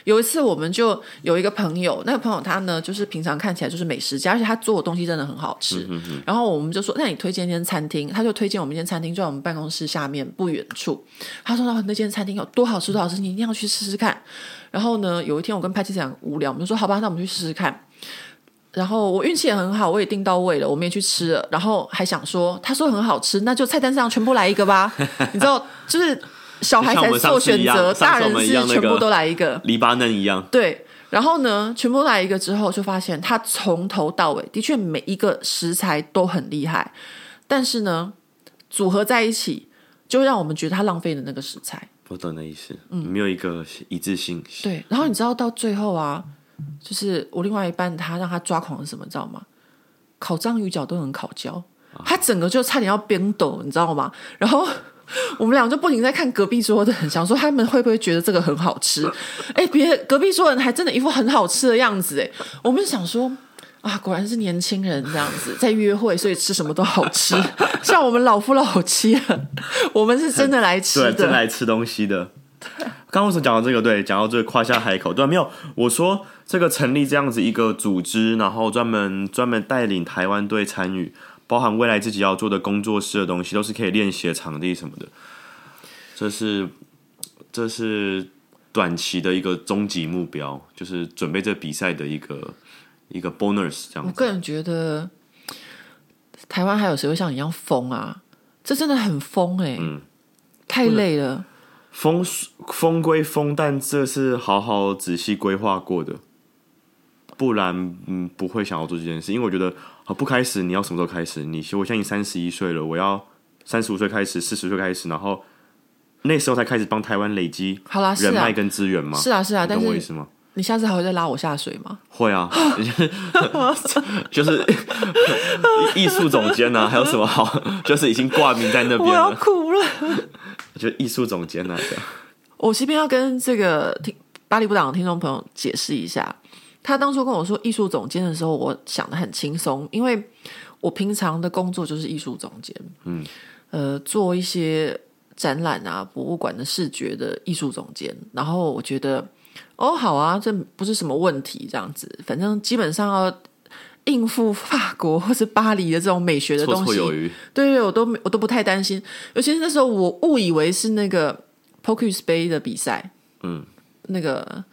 A: 有一次我们就有一个朋友，那个朋友他呢，就是平常看起来就是美食家，而且他做的东西真的很好吃。然后我们就说，那你推荐一间餐厅，他就推荐我们一间餐厅，就在我们办公室下面不远处。他说哦，那间餐厅有多好吃，多好吃，你一定要去试试看。然后呢，有一天我跟派妻讲无聊，我们就说好吧，那我们去试试看。然后我运气也很好，我也订到位了，我们也去吃了，然后还想说，他说很好吃，那就菜单上全部来一个吧。你知道，就是小孩才做选择，
B: 就像
A: 大
B: 我们
A: 人
B: 上次一样上次我们
A: 是
B: 一样那个
A: 全部都来一个。
B: 黎巴嫩一样，
A: 对，然后呢，全部来一个之后，就发现他从头到尾的确每一个食材都很厉害，但是呢，组合在一起就让我们觉得他浪费了那个食材。
B: 我懂的意思，没有一个一致性。
A: 对，然后你知道到最后啊，就是我另外一半他让他抓狂是什么，你知道吗？烤章鱼脚都能烤焦，
B: 啊
A: 他整个就差点要冰抖，你知道吗？然后 (laughs) 我们俩就不停在看隔壁桌的人，想说他们会不会觉得这个很好
B: (laughs)
A: 吃？哎，别隔壁桌人还真的一副很好吃的样子，哎，我们就想说。啊，果然是年轻人这样子，在约会，所以吃什么都好
B: (laughs)
A: 吃。像我们老夫老妻了，我们是真的来吃
B: 对，
A: 的，
B: 真来吃东西的。刚刚为什么讲到这个？对，讲到这个夸下海口，对，没有，我说这个成立这样子一个组织，然后专门专门带领台湾队参与，包含未来自己要做的工作室的东西，都是可以练习的场地什么的。这是这是短期的一个终极目标，就是准备这比赛的一个一个 bonus 这样
A: 我
B: 子。
A: 个人觉得，台湾还有谁会像你一样疯啊？这真的很疯哎、
B: 嗯
A: 太累了。
B: 啊风风归风，但这是好好仔细规划过的，不然嗯不会想要做这件事。因为我觉得好不开始，你要什么时候开始？你我现在已经三十一岁了，我要三十五岁开始，四十岁开始，然后那时候才开始帮台湾累积
A: 好啦，是
B: 人
A: 啊
B: 脉，跟资源嘛。
A: 是啊，是啊，
B: 你
A: 但
B: 懂我意思
A: 是
B: 吗？
A: 你下次还会再拉我下水吗？
B: 会啊， (laughs) 就是 (laughs) 艺术总监呐、啊，还有什么好？ (laughs) 就是已经挂名在那边
A: 我要
B: 了，
A: 哭了。
B: 就艺术总监呐、啊这样。
A: 我这边要跟这个听巴黎不党的听众朋友解释一下，他当初跟我说艺术总监的时候，我想的很轻松，因为我平常的工作就是艺术总监，嗯，呃，做一些展览啊、博物馆的视觉的艺术总监，然后我觉得哦，好啊，这不是什么问题，这样子，反正基本上要。应付法国或是巴黎的这种美学的
B: 绰
A: 东西，
B: 绰有余，
A: 对对，我都没我都不太担心，尤其是那时候我误以为是那个 Pocus 杯的比赛，
B: 嗯，
A: 那个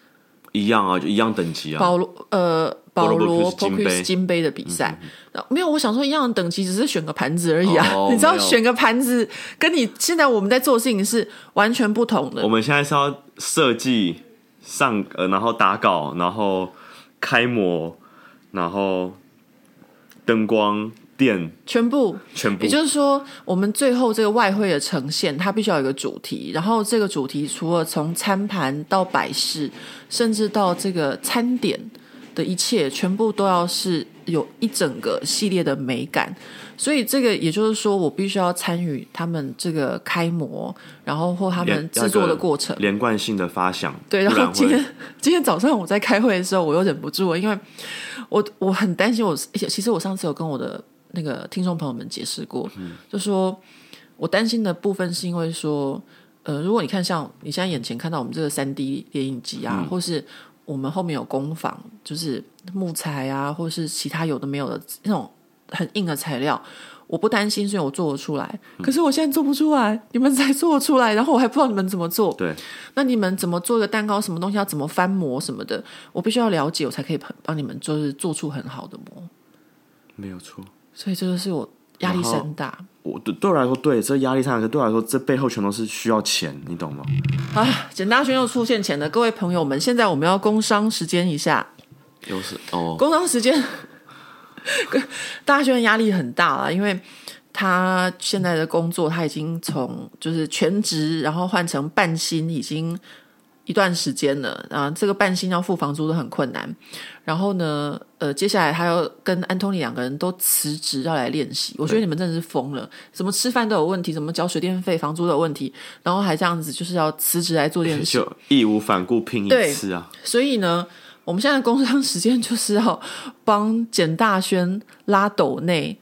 B: 一样啊，就一样等级啊。
A: 保罗呃保罗
B: Pocus 金
A: Pocus
B: 杯
A: 金杯的比赛，
B: 嗯
A: 那没有，我想说一样的等级，只是选个盘子而已啊，
B: 哦
A: (laughs) 你知道
B: 没有
A: 选个盘子跟你现在我们在做的事情是完全不同的
B: 我，们现在是要设计上呃，然后打稿，然后开模，然后灯光、电，
A: 全部
B: 全部
A: 也就是说，我们最后这个外汇的呈现，它必须要有一个主题。然后这个主题除了从餐盘到摆饰，甚至到这个餐点的一切，全部都要是有一整个系列的美感。所以这个也就是说，我必须要参与他们这个开模，然后或他们
B: 连
A: 制作
B: 那
A: 的
B: 个
A: 过程。
B: 连贯性的发想。
A: 对，然
B: 不
A: 后
B: 会
A: 今天今天早上我在开会的时候，我又忍不住了，因为我我很担心我，其实我上次有跟我的那个听众朋友们解释过，
B: 嗯
A: 就说我担心的部分是因为说，呃，如果你看像你现在眼前看到我们这个三 D 电影机啊，
B: 嗯
A: 或是我们后面有工坊，就是木材啊，或是其他有的没有的那种很硬的材料。我不担心，所以我做得出来。
B: 嗯
A: 可是我现在做不出来，你们才做得出来，然后我还不知道你们怎么做。
B: 对，
A: 那你们怎么做一个蛋糕？什么东西要怎么翻模什么的，我必须要了解，我才可以帮帮你们就是做出很好的模。
B: 没有错。
A: 所以这就是我压力
B: 然后
A: 山大
B: 我对对我来说，对这压力上来说，对我来说，这背后全都是需要钱，你懂吗？
A: 啊！简大轩又出现前的各位朋友们，现在我们要工商时间一下，
B: 又是哦，
A: 工商时间， (laughs) 大轩压力很大了，因为他现在的工作他已经从就是全职，然后换成半薪，已经一段时间了。啊，这个半薪要付房租都很困难。然后呢，呃，接下来他要跟安东尼两个人都辞职要来练习。我觉得你们真的是疯了，什么吃饭都有问题，什么交水电费、房租都有问题，然后还这样子就是要辞职来做这件事。
B: 就义无反顾拼一
A: 对
B: 次啊！
A: 所以呢，我们现在的工商时间就是要帮简大轩拉斗内。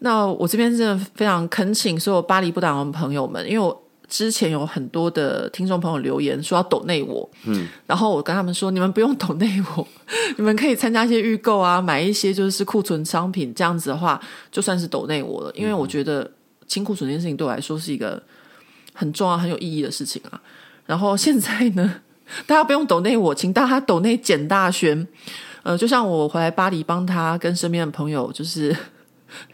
A: 那我这边真的非常恳请所有巴黎不党的朋友们，因为我之前有很多的听众朋友留言说要抖内我，嗯，然后我跟他们说，你们不用抖内我， (laughs) 你们可以参加一些预购啊，买一些就是库存商品，这样子的话就算是抖内我了，因为我觉得清库存这件事情对我来说是一个很重要、很有意义的事情啊。然后现在呢，大家不用抖内我，请大家抖内简大轩。呃，就像我回来巴黎帮他跟身边的朋友就是 (laughs)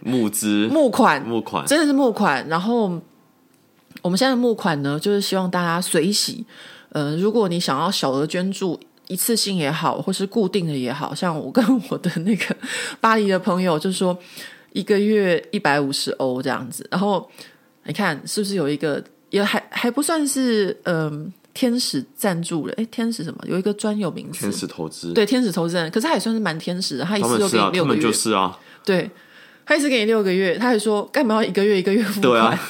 B: 募资
A: 募款，
B: 募款，
A: 真的是募款。然后我们现在的募款呢，就是希望大家随喜。呃，如果你想要小额捐助，一次性也好，或是固定的也好，像我跟我的那个巴黎的朋友就说，一个月一百五十欧这样子。然后你看是不是有一个也还还不算是嗯、天使赞助人？哎，天使什么？有一个专有名词
B: 天。使投资，
A: 对天使投资人，可是他也算是蛮天使的，他一
B: 他
A: 次就
B: 们是
A: 给你
B: 啊，
A: 六
B: 他
A: 个
B: 们
A: 月，
B: 就是啊，
A: 对，他一次给你六个月，他还说干嘛要一个月一个月付款？
B: 对啊，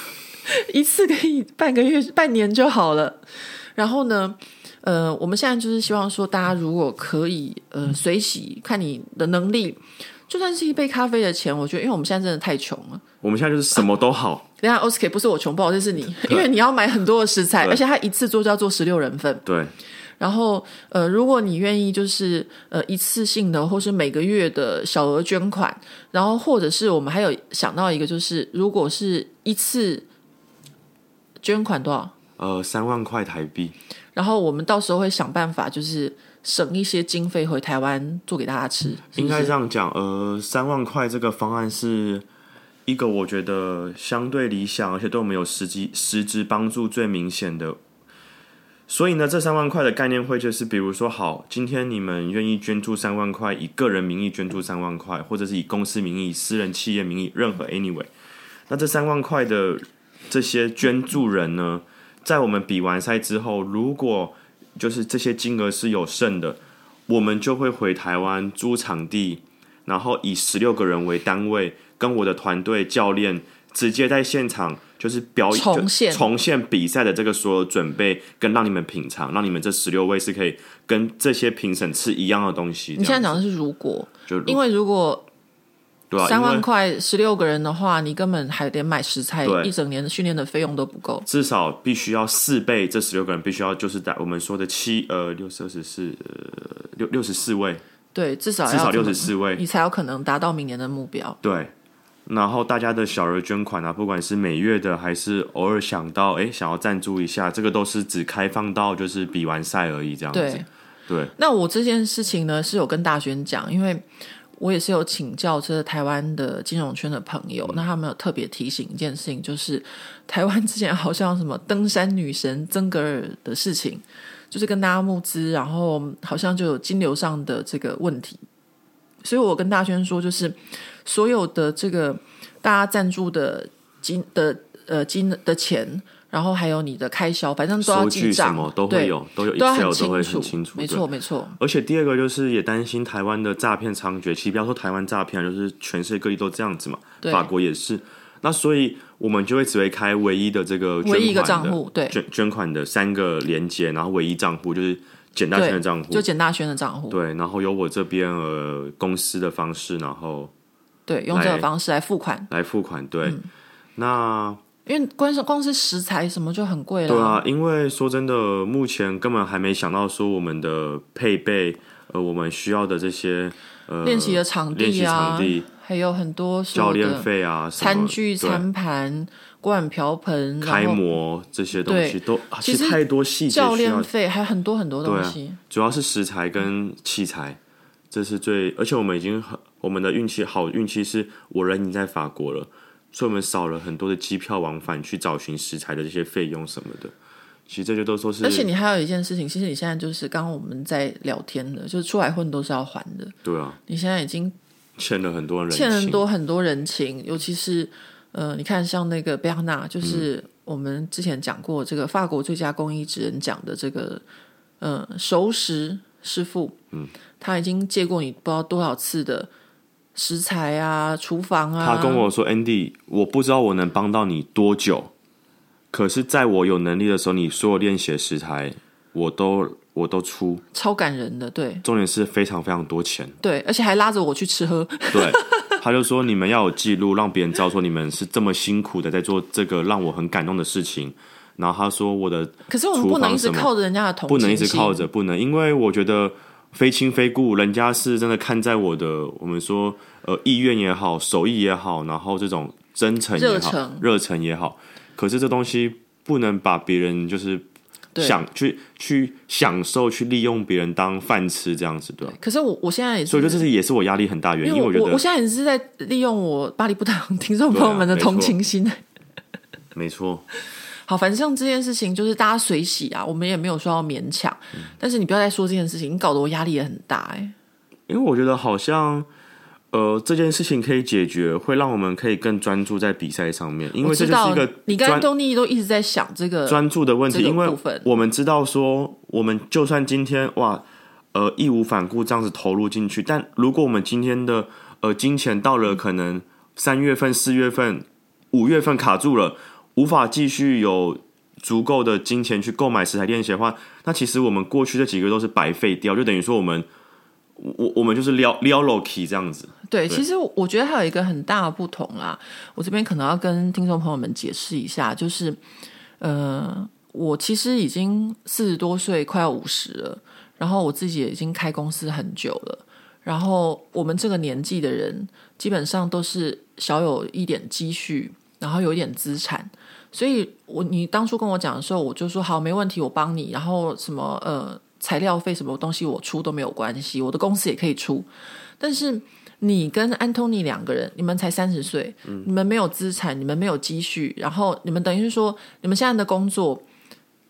A: 一次给你半个月、 (laughs) 半年就好了。然后呢，呃，我们现在就是希望说，大家如果可以，
B: 嗯
A: 呃，随喜看你的能力，就算是一杯咖啡的钱，我觉得，因为我们现在真的太穷了。
B: 我们现在就是什么都好，
A: 等一下，Oscar 不是我穷，不好意思，你，因为你要买很多的食材，
B: 对
A: 而且他一次做就要做十六人份。
B: 对，
A: 然后，呃，如果你愿意，就是呃一次性的，或是每个月的小额捐款，然后或者是我们还有想到一个，就是如果是一次捐款多少？
B: 呃，三万块台币，
A: 然后我们到时候会想办法，就是省一些经费回台湾做给大家吃，是
B: 应
A: 不
B: 该这
A: 是？
B: 样讲，呃，三万块这个方案是一个我觉得相对理想，而且对我们有实际实质帮助最明显的。所以呢，这三万块的概念会就是，比如说，好，今天你们愿意捐助三万块，以个人名义捐助三万块，或者是以公司名义、私人企业名义，任何 anyway，那这三万块的这些捐助人呢，在我们比完赛之后，如果就是这些金额是有剩的，我们就会回台湾租场地，然后以十六个人为单位，跟我的团队教练直接在现场就是表演
A: 重现
B: 就重现比赛的这个所有准备，跟让你们品尝，让你们这十六位是可以跟这些评审吃一样的东西。
A: 你现在
B: 这
A: 讲
B: 样
A: 的是如果，
B: 就如
A: 因为如果
B: 对啊，
A: 三
B: 因
A: 万
B: 为
A: 块十六个人的话，你根本还连买食材
B: 对
A: 一整年的训练的费用都不够。
B: 至少必须要四倍，这十六个人必须要就是在我们说的七呃六十二十四呃六六十四位，
A: 对，至少要
B: 至少
A: 这么
B: 六十四位，
A: 你才有可能达到明年的目标。
B: 对，然后大家的小额捐款啊，不管是每月的还是偶尔想到哎想要赞助一下，这个都是只开放到就是比完赛而已这样子。
A: 对，
B: 对，
A: 那我这件事情呢，是有跟大轩讲，因为我也是有请教这台湾的金融圈的朋友，
B: 嗯
A: 那他们有特别提醒一件事情，就是台湾之前好像什么登山女神曾格尔的事情，就是跟大家募资，然后好像就有金流上的这个问题，所以我跟大轩说，就是所有的这个大家赞助的金的呃金的钱。然后还有你的开销，反正都要
B: 收
A: 记
B: 据什
A: 账，
B: 么都
A: 对
B: 会有，都有
A: 都要很
B: Excel 都会
A: 清楚，
B: 很清楚。
A: 没
B: 对
A: 错，没错，
B: 而且第二个就是也担心台湾的诈骗猖獗，其实不要说台湾诈骗，啊就是全世界各地都这样子嘛，
A: 对
B: 法国也是。那所以我们就会只会开唯一的这个捐
A: 唯一一个
B: 款的
A: 账户对
B: 捐捐款的三个连接，然后唯一账户就是简大圈的账户
A: 就，简大轩的账户，
B: 对，然后有我这边呃公司的方式，然后
A: 对，用这个
B: 来
A: 方式来付款，
B: 来付款，对。
A: 嗯
B: 那
A: 因为光是光是食材什么就很贵了，
B: 对啊，因为说真的，目前根本还没想到说我们的配备，呃，我们需要的这些呃
A: 练习的场
B: 练习
A: 地啊，
B: 场地、
A: 还有很多所
B: 教
A: 有的
B: 练费啊、什么
A: 餐具、
B: 对
A: 餐盘、锅碗瓢盆，
B: 开
A: 然后
B: 模这些东西
A: 对
B: 都，啊
A: 其实
B: 其实太多细节
A: 教
B: 需要啊
A: 练，费，还有很多很多东西，
B: 主要是食材跟器材，这是最，而且我们已经很我们的运气好，运气是我人已经在法国了，所以我们少了很多的机票往返去找寻食材的这些费用什么的。其实这就都说是，
A: 而且你还有一件事情，其实你现在就是刚刚我们在聊天的，就是出来混都是要还的，
B: 对啊，
A: 你现在已经
B: 欠了很多人情，
A: 欠很多嗯很多人情，尤其是呃，你看像那个贝亚纳，就是
B: 嗯
A: 我们之前讲过这个法国最佳公益职人奖的这个呃熟食师傅，嗯，他已经借过你不知道多少次的食材啊、厨房啊，
B: 他跟我说：“Andy，我不知道我能帮到你多久，可是在我有能力的时候，你所有练习的食材我都我都出，
A: 超感人的，对
B: 重点是非常非常多钱。
A: 对，而且还拉着我去吃喝， (laughs)
B: 对， (laughs) 他就说你们要有记录，让别人知道说你们是这么辛苦的在做这个让我很感动的事情。然后他说我的
A: 可是我们不能一直
B: 厨房什么
A: 靠着人家的同情
B: 不能一直
A: 心
B: 靠着，不能，因为我觉得非亲非故，人家是真的看在我的我们说呃意愿也好，手艺也好，然后这种真诚也好，
A: 热
B: 热
A: 忱
B: 忱也好，可是这东西不能把别人就是
A: 对
B: 想去去享受，去利用别人当饭吃这样子，对吧？
A: 可是我我现在也是，
B: 所以我觉得这是也是我压力很大原因，
A: 因
B: 因
A: 为
B: 为
A: 我
B: 觉
A: 我
B: 得
A: 现在也是在利用我巴黎不打烊听众朋友们的
B: 对啊没错
A: 同情心。
B: 没错，
A: 好，反正这件事情就是大家随喜啊，我们也没有说要勉强，
B: 嗯
A: 但是你不要再说这件事情，你搞得我压力也很大哎、
B: 因为我觉得好像。呃，这件事情可以解决，会让我们可以更专注在比赛上面，因为
A: 我
B: 这
A: 知
B: 就是
A: 道
B: 一个
A: 你跟
B: 专
A: 安东尼都一直在想这个，
B: 专注的问题，
A: 这个
B: 因为
A: 部分
B: 我们知道说，我们就算今天哇，呃，义无反顾这样子投入进去，但如果我们今天的呃金钱到了可能三月份、四月份、五月份卡住了，无法继续有足够的金钱去购买实体练习的话，那其实我们过去这几个月都是白费掉，就等于说我们我我我们就是撩撩 l o k 这样子，
A: 对，
B: 对
A: 其实我觉得还有一个很大的不同啦，我这边可能要跟听众朋友们解释一下，就是呃，我其实已经四十多岁，快要五十了，然后我自己也已经开公司很久了，然后我们这个年纪的人基本上都是小有一点积蓄，然后有一点资产。所以我你当初跟我讲的时候，我就说好，没问题，我帮你。然后什么呃材料费什么东西我出都没有关系，我的公司也可以出。但是你跟安东尼两个人，你们才三十岁，你们没有资产，你们没有积蓄，然后你们等于是说，你们现在的工作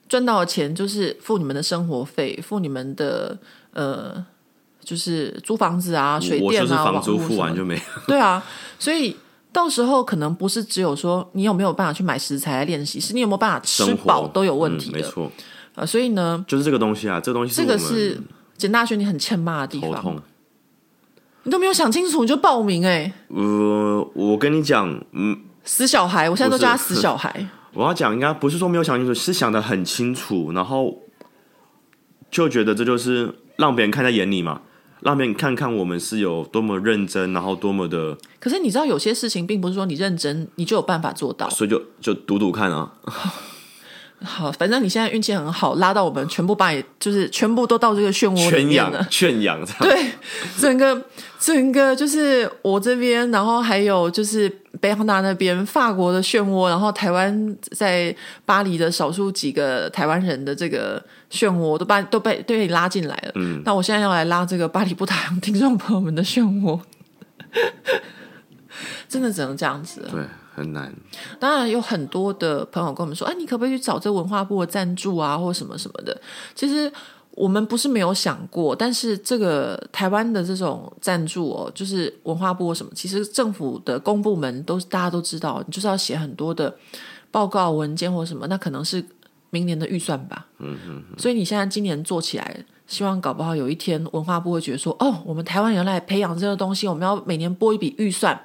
A: 赚到的钱就是付你们的生活费，付你们的呃，就是租房子啊、水
B: 我
A: 电
B: 就是
A: 啊、
B: 房租
A: 网络
B: 付
A: 什么
B: 完
A: 的
B: 就没了。
A: 对啊，所以到时候可能不是只有说你有没有办法去买食材来练习，是你有没有办法吃
B: 生
A: 饱
B: 活
A: 都有问题
B: 嗯没
A: 的。
B: 错，
A: 呃，所以呢，
B: 就是这个东西啊，这个东西
A: 这个
B: 我们
A: 是简大学你很欠骂的地
B: 头痛
A: 方，。你都没有想清楚你就报名哎、
B: 呃，我跟你讲，嗯，
A: 死小孩！我现在都
B: 不是
A: 叫他死小孩。
B: 我要讲应该不是说没有想清楚，是想的很清楚，然后就觉得这就是让别人看在眼里嘛，让别人看看我们是有多么认真，然后多么的，
A: 可是你知道，有些事情并不是说你认真你就有办法做到。
B: 所以就就赌赌看啊。
A: 好，反正你现在运气很好，拉到我们全部把你就是全部都到这个漩涡里
B: 圈
A: 面了
B: 养。圈养这样，
A: 哦啊对，整个整个就是我这边，然后还有就是北航大那边，法国的漩涡，然后台湾在巴黎的少数几个台湾人的这个漩涡，都把都被都被你拉进来了。嗯，那我现在要来拉这个巴黎不打烊听众朋友们的漩涡， (laughs) 真的只能这样子了。
B: 对，很难。
A: 当然有很多的朋友跟我们说，哎、你可不可以去找这文化部的赞助啊，或什么什么的？其实我们不是没有想过，但是这个台湾的这种赞助哦，就是文化部或什么，其实政府的公部门都大家都知道，你就是要写很多的报告文件或什么，那可能是明年的预算吧。嗯嗯。所以你现在今年做起来。希望搞不好有一天文化部会觉得说，哦，我们台湾原来培养这个东西，我们要每年拨一笔预算，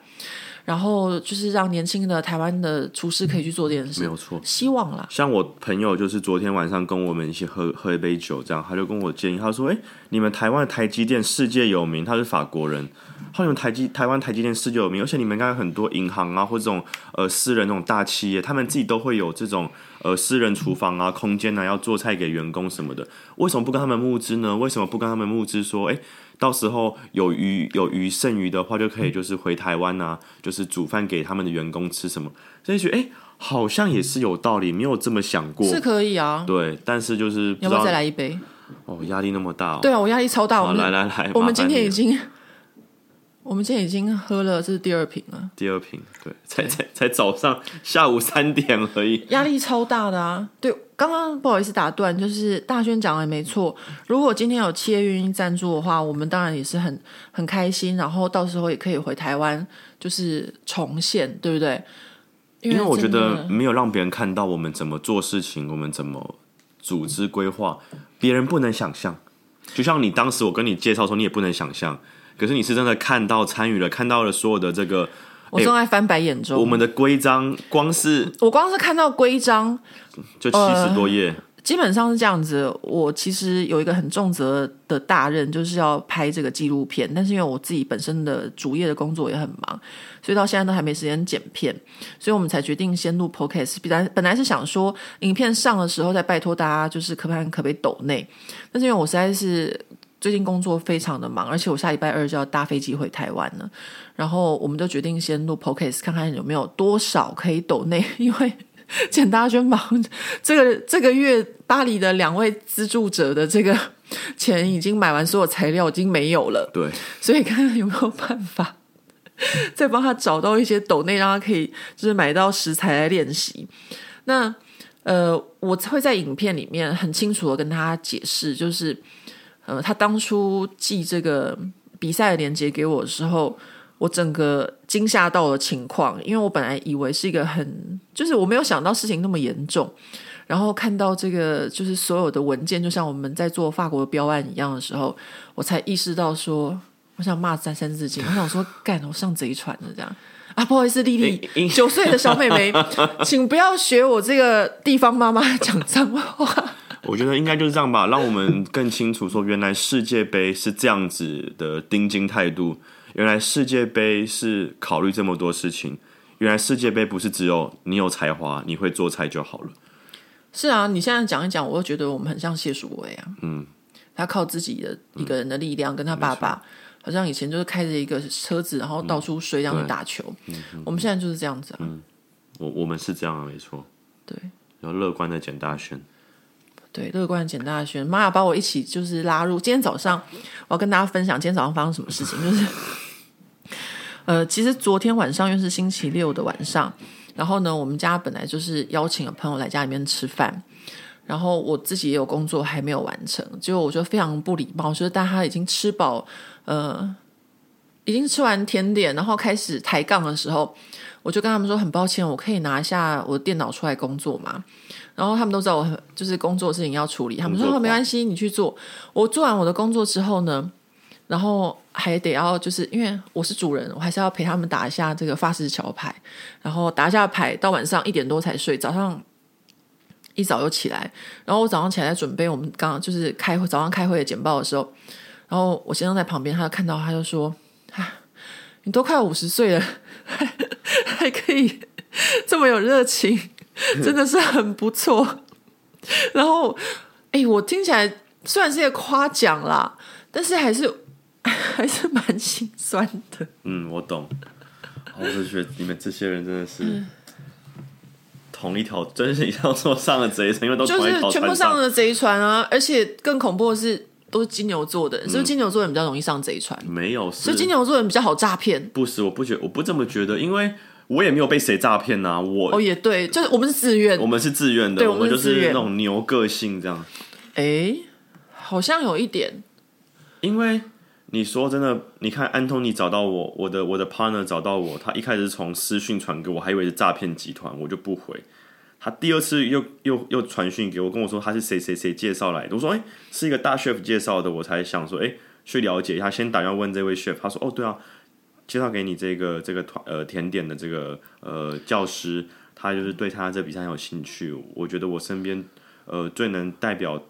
A: 然后就是让年轻的台湾的厨师可以去做这件事，
B: 嗯没有错
A: 希望啦。
B: 像我朋友就是昨天晚上跟我们一起喝喝一杯酒，这样他就跟我建议，他说：“哎、你们台湾的台积电世界有名，他是法国人，他说你们台积台湾台积电世界有名，而且你们应该有很多银行啊，或这种呃私人那种大企业，他们自己都会有这种呃私人厨房啊、空间啊，要做菜给员工什么的，为什么不跟他们募资呢？为什么不跟他们募资说，哎、到时候有余有余剩余的话，就可以就是回台湾啊，就是煮饭给他们的员工吃什么？所以觉得哎、诶好像也是有道理，没有这么想过。
A: 是可以啊。
B: 对，但是就是不
A: 要
B: 知
A: 不
B: 道
A: 要再来一杯？
B: 哦，压力那么大、哦。
A: 对啊，我压力超大。我
B: 好，
A: 们
B: 来来来，
A: 我
B: 麻
A: 们
B: 烦
A: 今天
B: 你
A: 已
B: 了
A: 经，我们今天已经喝了这是第二瓶了，
B: 第二瓶，对，才 (laughs) 才才早上下午三点而已。
A: 压力超大的啊。对，刚刚不好意思打断，就是大轩讲的没错。如果今天有企业愿意赞助的话，我们当然也是很很开心，然后到时候也可以回台湾，就是重现，对不对？因
B: 因为我觉
A: 真的
B: 得没有让别人看到我们怎么做事情，我们怎么组织规划，别人不能想象。就像你当时我跟你介绍的时候，你也不能想象，可是你是真的看到参与了，看到了所有的这个
A: 我
B: 哎
A: 正在翻白眼中。
B: 我们的规章，光是
A: 我光是看到规章，
B: 就七十多页，
A: 基本上是这样子。我其实有一个很重责的大任，就是要拍这个纪录片，但是因为我自己本身的主业的工作也很忙，所以到现在都还没时间剪片，所以我们才决定先录 podcast。本来本来是想说影片上的时候再拜托大家，就是可不可不可以抖内，但是因为我实在是。最近工作非常的忙，而且我下礼拜二就要搭飞机回台湾了。然后我们就决定先录 podcast，看看有没有多少可以抖内，因为 (laughs) 简大轩忙，这个这个月巴黎的两位资助者的这个钱已经买完所有材料，已经没有了，
B: 对，
A: 所以看看有没有办法 (laughs) 再帮他找到一些抖内，让他可以就是买到食材来练习。那呃，我会在影片里面很清楚的跟他解释，就是呃，他当初寄这个比赛的链接给我的时候，我整个惊吓到的情况，因为我本来以为是一个很，就是我没有想到事情那么严重，然后看到这个就是所有的文件，就像我们在做法国的标案一样的时候，我才意识到说，我想骂三三字经，我想说干，我上贼船了这样。啊，不好意思，丽丽，
B: 因
A: 九岁的小妹
B: (laughs)
A: 妹，请不要学我这个地方妈妈讲脏话。
B: 我觉得应该就是这样吧，让我们更清楚说，原来世界杯是这样子的盯紧态度，原来世界杯是考虑这么多事情，原来世界杯不是只有你有才华，你会做菜就好了。
A: 是啊，你现在讲一讲，我又觉得我们很像谢淑薇啊。嗯，他靠自己的一个人的力量，跟他爸爸好像以前就是开着一个车子，然后到处睡，让你
B: 对
A: 打球。我们现在就是这样子啊。
B: 我我们是这样啊，没错，
A: 对
B: 要乐观的简大选。
A: 对，乐观简大轩，妈呀，把我一起就是拉入。今天早上我要跟大家分享今天早上发生什么事情，就是 (laughs) 呃，其实昨天晚上又是星期六的晚上，然后呢，我们家本来就是邀请了朋友来家里面吃饭，然后我自己也有工作还没有完成，结果我觉得非常不礼貌，就是大家已经吃饱，呃，已经吃完甜点，然后开始抬杠的时候，我就跟他们说很抱歉，我可以拿一下我的电脑出来工作嘛。然后他们都知道我很就是工作事情要处理，他们说
B: 工作
A: 哦
B: 狂
A: 没关系，你去做。我做完我的工作之后呢，然后还得要就是因为我是主人，我还是要陪他们打一下这个法式桥牌，然后打一下牌，到晚上一点多才睡，早上一早又起来，然后我早上起来在准备我们刚刚就是开会早上开会的简报的时候，然后我先生在旁边，他就看到他就说：“ (sighs) 啊，你都快五十岁了， (laughs) 还还可以这么有热情，
B: 嗯
A: 真的是很不错。”然后，哎、我听起来虽然是一个夸奖啦，但是还是 (laughs) 还是蛮心酸的。
B: 嗯，我懂。我就觉得你们这些人真的是
A: 嗯
B: 同一条，真是要说上了贼船，因为都
A: 就
B: 同一
A: 是
B: 条
A: 全
B: 船
A: 部上了贼船啊！而且更恐怖的是，都是金牛座的人，是不是金牛座人比较容易上贼船？
B: 没有，是
A: 所以金牛座人比较好诈骗。
B: 不是，我不觉，我不这么觉得，因为我也没有被谁诈骗呐、我、
A: 哦，也对，就是我们是自愿
B: 我。们是自愿的，
A: 对
B: 我
A: 我们
B: 就是
A: 自
B: 是
A: 愿
B: 那种牛个性这样。
A: 哎、好像有一点，
B: 因为你说真的，你看安东尼找到我，我的我的 partner 找到我，他一开始是从私讯传给我，还以为是诈骗集团，我就不回。他第二次又又又传讯给我，跟我说他是谁谁谁介绍来的。我说哎、是一个大 chef 介绍的，我才想说哎、去了解一下，先打电话问这位 chef。他说哦对啊，介绍给你这个这个团呃甜点的这个呃教师，他就是对他这比赛很有兴趣。我觉得我身边呃最能代表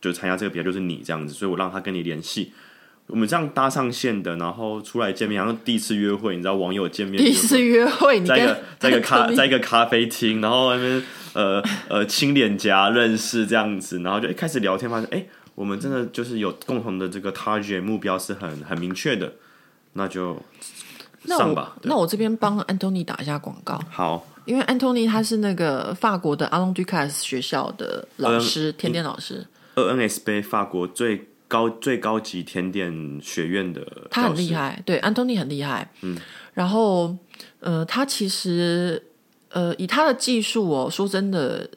B: 就参加这个比赛就是你这样子，所以我让他跟你联系。我们这样搭上线的，然后出来见面，然后第一次约会，你知道网友见面
A: 第一次约会，你
B: (laughs) 在一
A: 跟
B: 个在一个咖
A: Anthony
B: 在一个咖啡厅，然后那边呃呃亲脸颊认识这样子，然后就一开始聊天，发现哎、诶我们真的就是有共同的这个 target 目标是很很明确的，那就
A: 那
B: 上
A: 我
B: 吧。对
A: 那我这边帮安东尼打一下广告，
B: 好，
A: 因为安东尼他是那个法国的阿隆杜卡斯学校的
B: 嗯
A: 老师，甜点老师，
B: 二 NS 杯法国最高最高级甜点学院的，
A: 他很厉，害，对，安东尼很厉害。嗯，然后呃，他其实呃，以他的技术哦，说真的，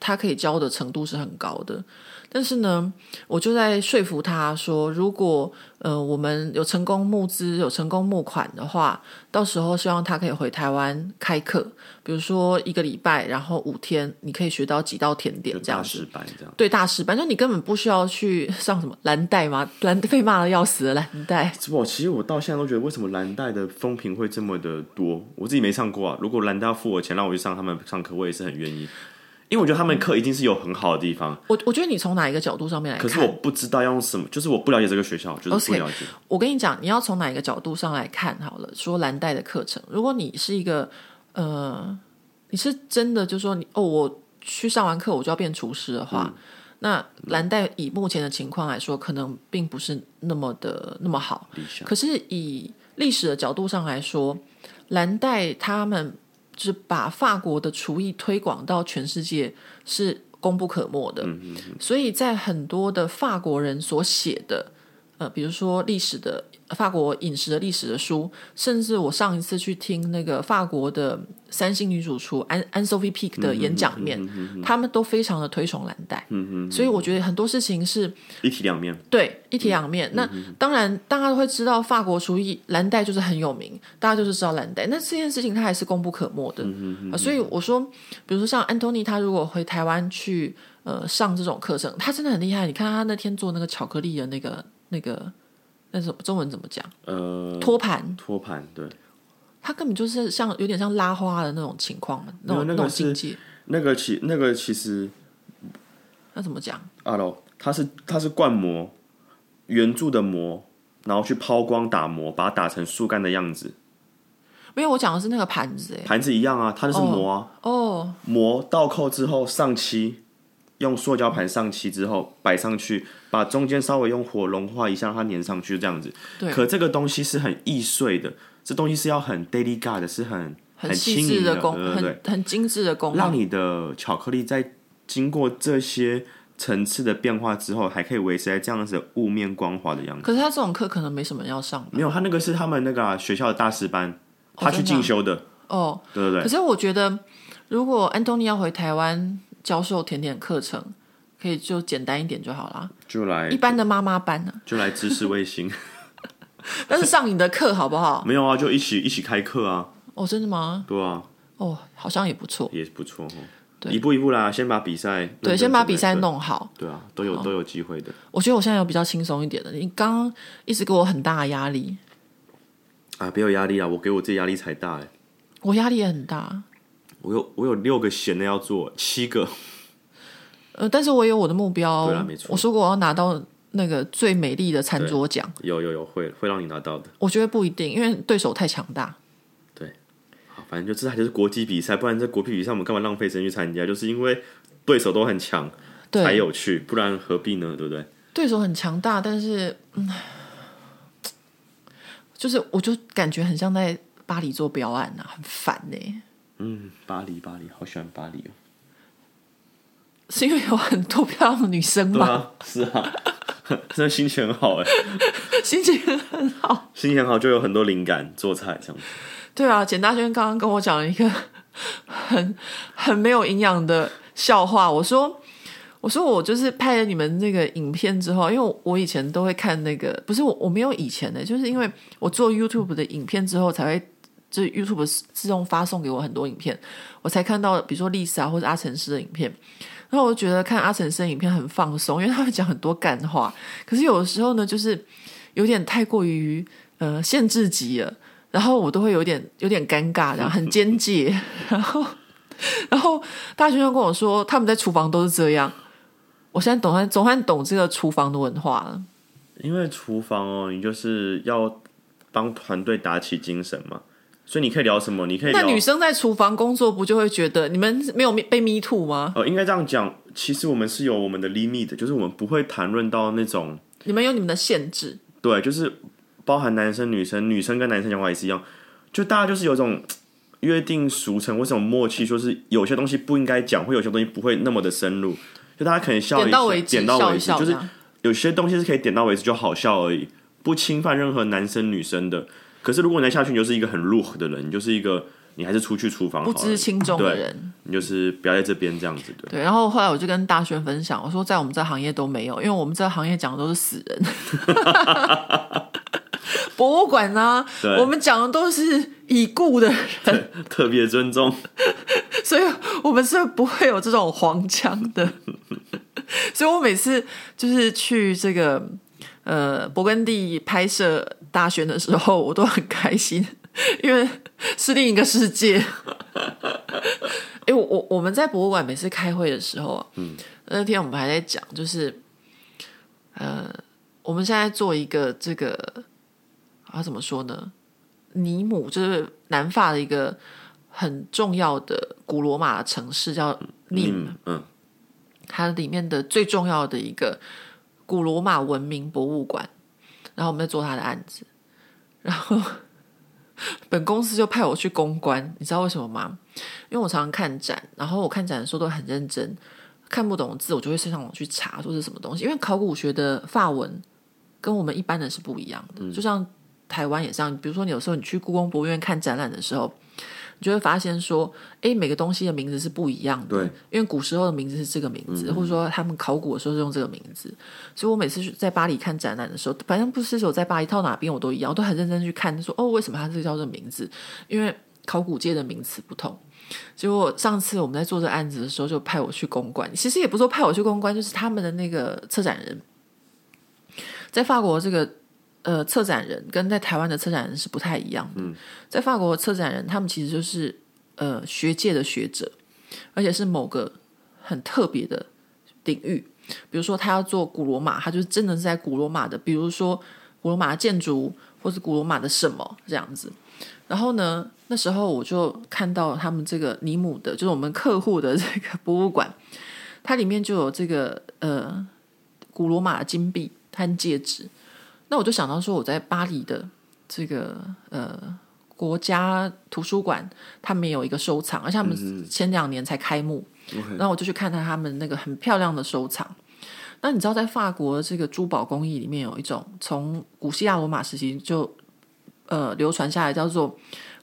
A: 他可以教的程度是很高的。但是呢，我就在说服他说，如果呃我们有成功募资、有成功募款的话，到时候希望他可以回台湾开课，比如说一个礼拜，然后五天，你可以学到几道甜点这
B: 大
A: 样子
B: 师。班这样。
A: 对大师班，就你根本不需要去上什么蓝带嘛，蓝被骂的要死的蓝带。
B: 我其实我到现在都觉得，为什么蓝带的风评会这么的多？我自己没上过啊。如果蓝带要付我钱让我去上他们上课，我也是很愿意，因为我觉得他们课一定是有很好的地方，
A: 我我觉得你从哪一个角度上面来
B: 可
A: 看，
B: 是我不知道要用什么，就是我不了解这个学校，就是不
A: OK
B: 了解。
A: 我跟你讲，你要从哪一个角度上来看好了，说蓝带的课程，如果你是一个呃，你是真的就说你哦，我去上完课我就要变厨师的
B: 嗯
A: 话，那蓝带以目前的情况来说，可能并不是那么的那么好。
B: 理想
A: 可是以历史的角度上来说，蓝带他们就是把法国的厨艺推广到全世界是功不可没的。
B: 嗯
A: 所以在很多的法国人所写的，呃，比如说历史的法国饮食的历史的书，甚至我上一次去听那个法国的三星女主厨安安 Sophie Peak 的演讲里面，他们都非常的推崇蓝带。所以我觉得很多事情是。
B: 一体两面，
A: 对，一体两面。
B: 嗯
A: 那当然，大家都会知道法国厨艺蓝带就是很有名，大家就是知道蓝带。那这件事情它还是功不可没
B: 嗯
A: 的、啊所以我说，比如说像安东尼，他如果回台湾去呃上这种课程，他真的很厉害。你看他那天做那个巧克力的那个那个那什么中文怎么讲
B: 呃，
A: 托盘，
B: 托盘对，
A: 他根本就是像有点像拉花的那种情况嘛，那
B: 没有
A: 种
B: 那
A: 那种
B: 个
A: 境
B: 是
A: 界，
B: 那个其那个其实
A: 那怎么讲？
B: 啊喽，它是它是灌模，圆柱的模，然后去抛光打磨，把它打成树干的样子，
A: 没有，我讲的是那个盘子哎、
B: 盘子一样啊，它就是模啊，
A: 哦，
B: 模倒扣之后上漆，用塑胶盘上漆之后摆上去，把中间稍微用火融化一下，让它粘上去这样子。
A: 对
B: 可这个东西是很易碎的，这东西是要很 delicate 的，是很
A: 很细
B: 轻
A: 致
B: 盈
A: 的工，
B: 对对对
A: 很，很精致的工艺，
B: 让你的巧克力在经过这些层次的变化之后，还可以维持在这样子的雾面光滑的样子。
A: 可是他这种课可能没什么人要上吧
B: 没有，他那个是他们那个啊、学校的大师班，他去
A: 真的啊
B: 进修的，
A: 哦。
B: 对对
A: 可
B: 对，
A: 是我觉得，如果安东尼要回台湾教授甜点课程，可以就简单一点就好啦，
B: 就来
A: 一般的妈妈班呢、
B: 就来知识卫星，
A: 啊。但是上你的课好不好？
B: (laughs) 没有啊，就一起一起开课啊，
A: 哦，真的吗？
B: 对啊，
A: 哦，好像也不错。
B: 也不错哦。
A: 对
B: 一步一步来啊，先把比赛认
A: 对，
B: 真
A: 先把
B: 准备
A: 比赛
B: 对
A: 弄哦好。
B: 对啊，都有都有机会的。
A: 我觉得我现在有比较轻松一点的。你刚刚一直给我很大的压力，
B: 啊，别有压力啊！我给我自己压力才大哎，
A: 我压力也很大。
B: 我有我有六个弦的要做，七个，
A: 呃，但是我也有我的目标。
B: 对啊没错
A: 我说过我要拿到那个最美丽的餐桌奖，
B: 有有有会会让你拿到的。
A: 我觉得不一定，因为对手太强大。
B: 好啊反正就这还是国际比赛，不然在国际比赛我们干嘛浪费时间去参加？就是因为对手都很强
A: 对，
B: 才有趣，不然何必呢？对不对？
A: 对手很强大，但是嗯，就是我就感觉很像在巴黎做标案啊，很烦呢、
B: 嗯，巴黎巴黎，好喜欢巴
A: (laughs)
B: 黎哦。
A: 是因为有很多漂亮的女生
B: 对
A: 嘛，
B: 啊，是啊， (laughs) 真的心情很好哎，
A: 心情很好。
B: 心情很好就有很多灵感做菜这样。
A: 对啊，简大轩刚刚跟我讲了一个很很没有营养的笑话，我说。我说我就是拍了你们那个影片之后，因为我以前都会看那个，不是我我没有以前的，就是因为我做 YouTube 的影片之后才会，就是 YouTube 自动发送给我很多影片，我才看到比如说 Lisa 或者阿成师的影片，然后我就觉得看阿成师的影片很放松，因为他会讲很多干话，可是有的时候呢，就是有点太过于呃限制级了，然后我都会有点有点尴尬，然
B: (laughs)
A: 后很边界， (laughs) 然后。然后大学生跟我说，他们在厨房都是这样。我现在总算总算懂这个厨房的文化了。
B: 因为厨房哦，你就是要帮团队打起精神嘛，所以你可以聊什么？你可以
A: 那
B: 聊
A: 女生在厨房工作，不就会觉得你们没有被 me too 吗？
B: 呃，应该这样讲，其实我们是有我们的 limit，的就是我们不会谈论到那种
A: 你们有你们的限制，
B: 对，就是包含男生、女生，女生跟男生讲话也是一样，就大家就是有一种嘖约定俗成或是一种默契，说是有些东西不应该讲，或有些东西不会那么的深入，就大家可能笑
A: 点
B: 一下
A: 到为止，
B: 点到
A: 笑
B: 为
A: 一
B: 止
A: 笑，
B: 就是
A: 这样
B: 有些东西是可以点到为止，就好笑而已，不侵犯任何男生女生的。可是如果你再下去，你就是一个很 look 的人，你就是一个你还是出去厨房好
A: 不
B: 了，
A: 知轻
B: 哦
A: 重的人。
B: 你就是不要在这边这样子，对，
A: 对，然后后来我就跟大轩分享，我说在我们这行业都没有，因为我们这行业讲的都是死
B: (laughs)
A: 人，博物馆啊，
B: 对
A: 我们讲的都是已故的人，
B: (laughs) 特别
A: (laughs)
B: 尊重。
A: 所以我们是不会有这种黄腔的。 (laughs) 所以我每次就是去这个呃勃艮第拍摄大选的时候，我都很开心，因为是另一个世界。哎、我我我们在博物馆每次开会的时候啊，嗯，那天我们还在讲，就是，呃，我们现在做一个这个啊，怎么说呢？尼姆就是南法的一个很重要的古罗马的城市，叫尼姆，
B: 嗯嗯
A: 它里面的最重要的一个古罗马文明博物馆。然后我们在做他的案子，然后 (laughs) 本公司就派我去公关，你知道为什么吗？因为我常常看展，然后我看展的时候都很认真，看不懂的字我就会上网去查说是什么东西，因为考古学的法文跟我们一般人是不一样的，就像台湾也这样，比如说你有时候你去故宫博物院看展览的时候。你就会发现说，哎，每个东西的名字是不一样的。
B: 对，
A: 因为古时候的名字是这个名字，或者说他们考古的时候是用这个名字。所以我每次去在巴黎看展览的时候，反正不是说我在巴黎到哪边我都一样，我都很认真去看说哦，为什么它这个叫这个名字？因为考古界的名词不同。结果上次我们在做这个案子的时候，就派我去公关，其实也不是说派我去公关，就是他们的那个策展人，在法国这个呃策展人跟在台湾的策展人是不太一样的。在法国的策展人，他们其实就是呃学界的学者，而且是某个很特别的领域。比如说，他要做古罗马，他就是真的是在古罗马的，比如说古罗马的建筑，或是古罗马的什么这样子。然后呢，那时候我就看到他们这个尼姆的，就是我们客户的这个博物馆，它里面就有这个呃古罗马的金币和戒指。那我就想到说，我在巴黎的这个呃国家图书馆，他们也有一个收藏，而且他们前两年才开幕。然后我就去看他他们那个很漂亮的收藏。那你知道，在法国这个珠宝工艺里面有一种从古希腊罗马时期就呃流传下来，叫做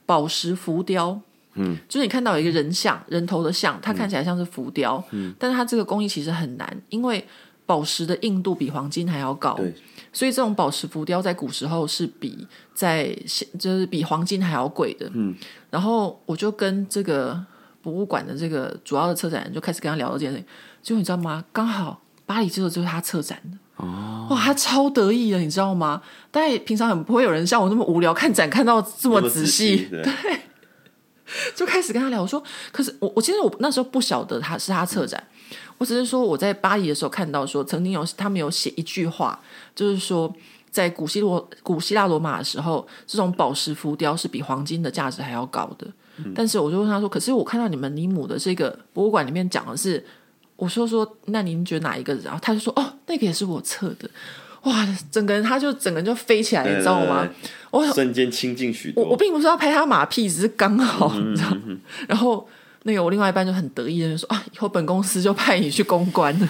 A: 宝石浮雕。嗯，就是你看到有一个人像，人头的像，它看起来像是浮雕，嗯，但是它这个工艺其实很难，因为宝石的硬度比黄金还要高，
B: 对，
A: 所以这种宝石浮雕在古时候是比在现就是比黄金还要贵的，嗯，然后我就跟这个博物馆的这个主要的策展人就开始跟他聊到这件事情，结果你知道吗？刚好巴黎这个就是他策展的。哇，他超得意的，你知道吗？但平常很不会有人像我那么无聊，看展看到这么
B: 那么
A: 仔
B: 细
A: 细，
B: 对，
A: 就开始跟他聊。我说，可是我我其实我那时候不晓得他是他策展，我只是说我在巴黎的时候看到说，曾经有他们有写一句话，就是说在古希罗古希腊罗马的时候，这种宝石浮雕是比黄金的价值还要高的。但是我就问他说，可是我看到你们尼姆的这个博物馆里面讲的是，我说说，那您觉得哪一个？然后他就说，哦，那个也是我测的。哇，整个人他就整个人就飞起来，你知道吗？我想
B: 瞬间亲近许
A: 我我
B: 多，
A: 并不是要拍他马屁，只是刚好，你知道。 (laughs) 然后那个我另外一半就很得意的说啊，以后本公司就派你去公关了。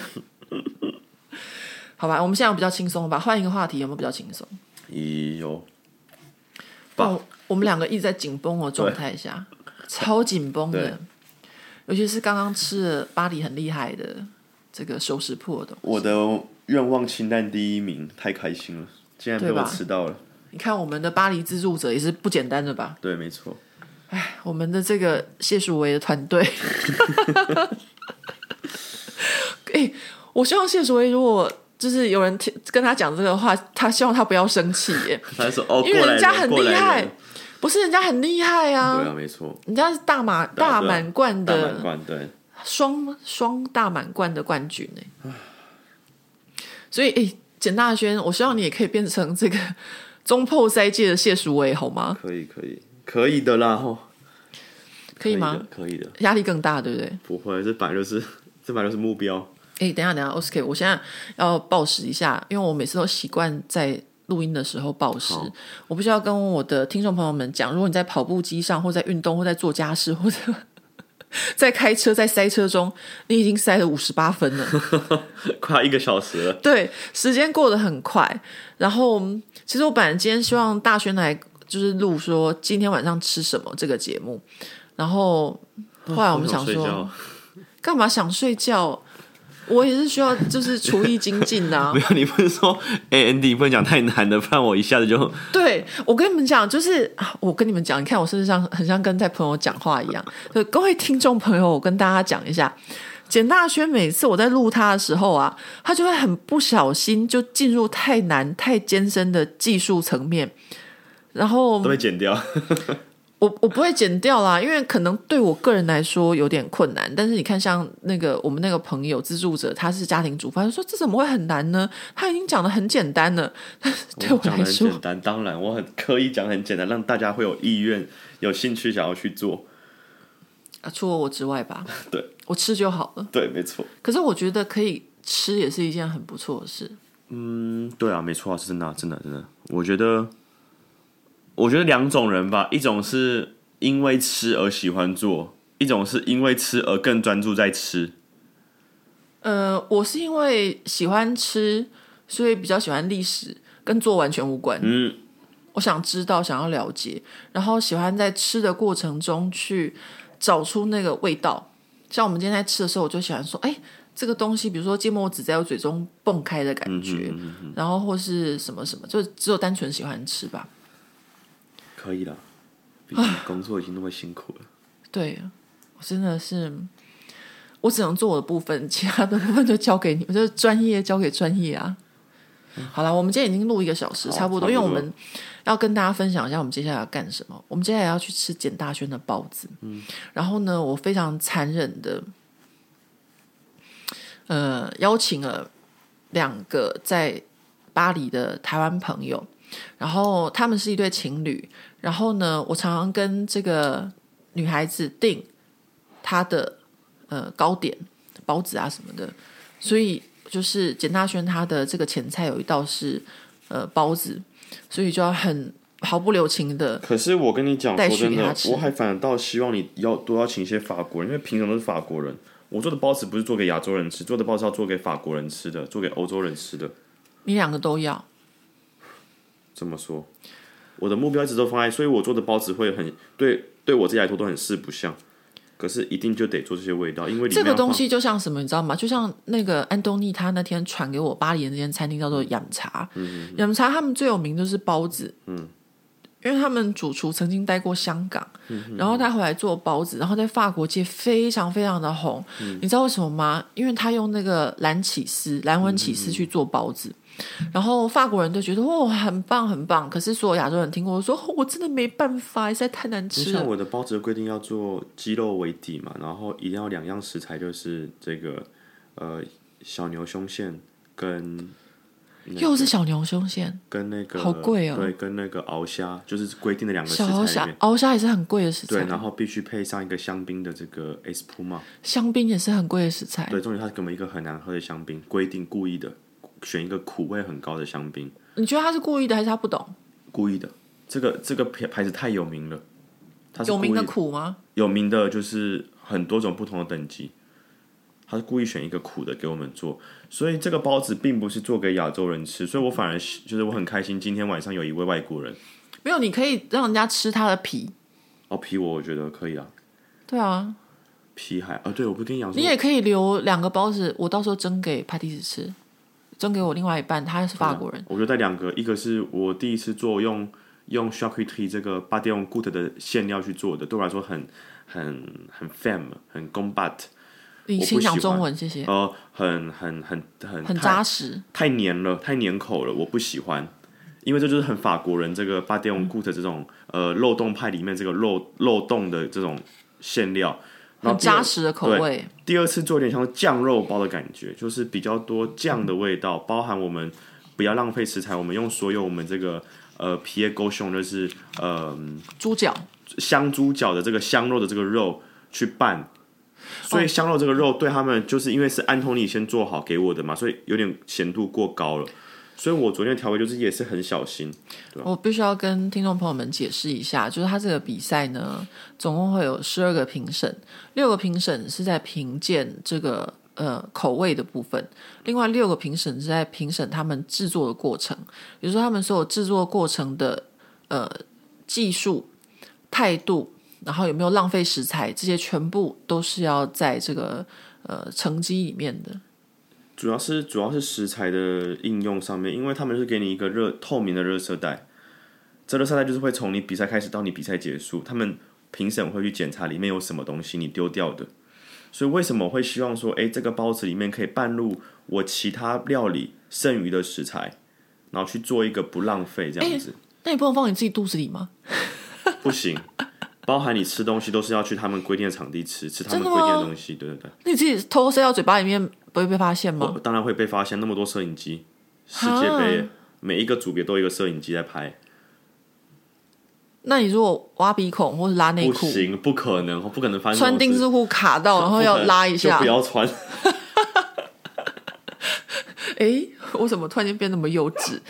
A: 好吧，我们现在比较轻松吧，换一个话题，有没有比较轻松？
B: 咦哟，
A: 哦，我们两个一直在紧绷的状态下，超紧绷
B: 对
A: 的，尤其是刚刚吃了巴黎很厉害的这个熟食铺的东西
B: 我的愿望清单第一名，太开心了，竟然被
A: 对
B: 我
A: 吧
B: 吃到了，
A: 你看我们的巴黎资助者也是不简单的吧？
B: 对，
A: (laughs)
B: 没错，
A: 我们的这个谢淑薇的团队， (laughs) 哎、我希望谢淑薇如果就是有人听跟他讲这个话，他希望他不要生气耶，
B: 他说哦，
A: 因为
B: 过来
A: 人家
B: 人，
A: 很
B: 过
A: 厉
B: 来
A: 害
B: 人，，
A: 不是人家很厉害啊，
B: 对啊，没错，
A: 人家是大马
B: 对啊
A: 大满贯
B: 大满
A: 的
B: 贯，对，
A: 双双大满贯的冠军哎，所以哎、简大轩，我希望你也可以变成这个 (laughs) 中破塞界的谢淑薇好吗？
B: 可以，可以，可以的啦，吼，
A: 可以吗
B: 的？可以的，
A: 压力更大，对不对？
B: 不会，这本来就是， (laughs) 这本来就是目标， (laughs)
A: 哎，等一下，等一下，Oscar，我现在要暴食一下，因为我每次都习惯在录音的时候暴食
B: 好。
A: 我必须要跟我的听众朋友们讲，如果你在跑步机上，或在运动，或在做家事，或者 (laughs) 在开车、在塞车中，你已经塞了五十八分
B: (laughs)
A: 了。
B: 快一个小时了，
A: 对，时间过得很快。然后，嗯其实我本来今天希望大轩来就是录说今天晚上吃什么这个节目，然后后来我们想
B: 哦好睡
A: 说，
B: 觉。
A: 干嘛想睡觉？我也是需要，就是厨艺精进的、啊
B: (laughs) 没。有， (laughs) 你不是说，哎、a n d y 不能讲太难的，不然我一下子 (laughs) 就
A: 对，我跟你们讲，就是啊我跟你们讲，你看我身上很像跟在朋友讲话一样。对，各位听众朋友，我跟大家讲一下，简大轩每次我在录他的时候啊，他就会很不小心就进入太难、太艰深的技术层面，然后
B: (laughs) 都被剪掉。
A: 我我不会剪掉啦，因为可能对我个人来说有点困难。但是你看，像那个我们那个朋友资助者，他是家庭主妇，他就说这怎么会很难呢？他已经讲的很简单了，但是对
B: 我
A: 我
B: 讲
A: 来
B: 的很
A: 说，
B: 简单，当然我很刻意讲很简单，让大家会有意愿、有兴趣想要去做。
A: 啊除了我之外吧，
B: (laughs) 对
A: 我吃就好了。
B: 对，没错。
A: 可是我觉得可以吃也是一件很不错的事。
B: 嗯，对啊，没错啊，是真的啊、真的，真的。我觉得，我觉得两种人吧，一种是因为吃而喜欢做，一种是因为吃而更专注在吃。
A: 呃，我是因为喜欢吃，所以比较喜欢历史，跟做完全无关。
B: 嗯，
A: 我想知道，想要了解，然后喜欢在吃的过程中去找出那个味道。像我们今天在吃的时候，我就喜欢说，哎，这个东西，比如说芥末籽在我嘴中蹦开的感觉，然后或是什么什么，就只有单纯喜欢吃吧。
B: 可以了，毕竟工作已经那么辛苦了。
A: 对，我真的是，我只能做我的部分，其他的部分就交给你 (laughs) 们，就是专业交给专业啊。好了，我们今天已经录一个小时，
B: 好
A: 差不
B: 差不
A: 多，
B: 多
A: 因为我们要跟大家分享一下我们接下来要干什么。我们接下来要去吃简大轩的包子，嗯，然后呢，我非常残忍的，呃，邀请了两个在巴黎的台湾朋友，然后他们是一对情侣，然后呢，我常常跟这个女孩子订她的呃糕点、包子啊什么的，所以就是简大轩他的这个前菜有一道是呃包子，所以就要很毫不留情的
B: 可是我跟你讲，
A: 带
B: 说
A: 去给
B: 真
A: 他
B: 的，
A: 吃
B: 我还反倒希望你要多邀请一些法国人，因为平常都是法国人。我做的包子不是做给亚洲人吃，做的包子要做给法国人吃的，做给欧洲人吃的。
A: 你两个都要，
B: 怎么说？我的目标一直都放在，所以我做的包子会很对，对我自己来说都很四不像。可是一定就得做这些味道，因为里面
A: 这
B: 要
A: 个
B: 放
A: 东西就像什么，你知道吗？就像那个安东尼他那天传给我巴黎的那间餐厅叫做养茶，
B: 嗯
A: 养、茶他们最有名就是包子，嗯，因为他们主厨曾经待过香港，
B: 嗯
A: 然后他回来做包子，然后在法国界非常非常的红，
B: 嗯
A: 你知道为什么吗？因为他用那个蓝起司、蓝纹起
B: 嗯
A: 司去做包子。然后法国人就觉得哦很棒很棒，可是所有亚洲人听过说、哦我真的没办法，实在太难
B: 就
A: 吃了
B: 像。我的包子的规定要做鸡肉为底嘛，然后一定要两样食材，就是这个呃小牛胸腺跟
A: 又是小牛胸腺，
B: 跟那个
A: 好贵哦
B: 对，跟那个鳌虾，就是规定的两个食
A: 小鳌
B: 材里
A: 虾
B: 面，。
A: 鳌虾也是很贵的食
B: 对，
A: 材，
B: 然后必须配上一个香槟的这个 e s p u m a
A: 香槟也是很贵的食材。
B: 对，重点他给我们一个很难喝的香槟，规定故意的选一个苦味很高的香槟。
A: 你觉得他是故意的还是他不懂？
B: 故意的。这个这个牌牌子太有名了，它是
A: 有名
B: 故意
A: 的苦吗？
B: 有名的就是很多种不同的等级，他是故意选一个苦的给我们做，所以这个包子并不是做给亚洲人吃，所以我反而是就是我很开心，今天晚上有一位外国人，
A: 没有，你可以让人家吃他的皮。
B: 哦皮我我觉得可以啊，
A: 对啊，
B: 皮还哦对，我不跟你讲说
A: 你也可以留两个包子，我到时候蒸给帕蒂斯吃，蒸给我另外一半，他是法
B: 啊
A: 国人。
B: 我就带两个，一个是我第一次做用用 s h a r k u t e 这个巴蒂用 good 的馅料去做的，对我来说很很很 fam 很 combat，
A: 你
B: 不
A: 欣赏
B: 喜
A: 中
B: 欢
A: 文，谢谢，
B: 呃很很很很
A: 很
B: 太
A: 扎实。
B: 太黏了，太黏口了，我不喜欢。因为这就是很法国人这个巴蒂翁固的这种呃漏洞派里面这个漏漏洞的这种馅料，
A: 很
B: 然后第二
A: 扎实的口味，
B: 第二次做有点像酱肉包的感觉，就是比较多酱的味道，包含我们不要浪费食材，我们用所有我们这个呃皮耶勾胸，就是呃
A: 猪脚
B: 香猪脚的这个香肉的这个肉去拌。所以香肉这个肉对他们，就是因为是安东尼先做好给我的嘛，所以有点咸度过高了。所以我昨天的调味就是也是很小心，
A: 我必须要跟听众朋友们解释一下，就是他这个比赛呢，总共会有十二个评审，六个评审是在评鉴这个呃口味的部分，另外六个评审是在评审他们制作的过程，比如说他们所有制作过程的呃技术、态度，然后有没有浪费食材，这些全部都是要在这个呃成绩里面的。
B: 主要是主要是食材的应用上面，因为他们是给你一个热透明的热色带，这热色带就是会从你比赛开始到你比赛结束，他们评审会去检查里面有什么东西你丢掉的。所以为什么会希望说，诶，这个包子里面可以半入我其他料理剩余的食材，然后去做一个不浪费这样子，
A: 那你不能放你自己肚子里吗？
B: 不行。包含你吃东西都是要去他们规定的场地吃，吃他们
A: 真的
B: 规定的
A: 吗
B: 东西，对对对。
A: 那你自己偷偷塞到嘴巴里面，不会被发现吗
B: 我？当然会被发现，那么多摄影机，世界杯
A: 啊
B: 每一个组别都有一个摄影机在拍，
A: 那你如果挖鼻孔或者拉内
B: 不
A: 裤，
B: 行，不可能，不可能发生这
A: 穿
B: 种事。
A: 丁字裤卡到，然后
B: 不可
A: 要
B: 能
A: 拉一下
B: 就不，要穿。 (laughs)
A: 诶，我怎么突然间变那么幼稚？ (laughs)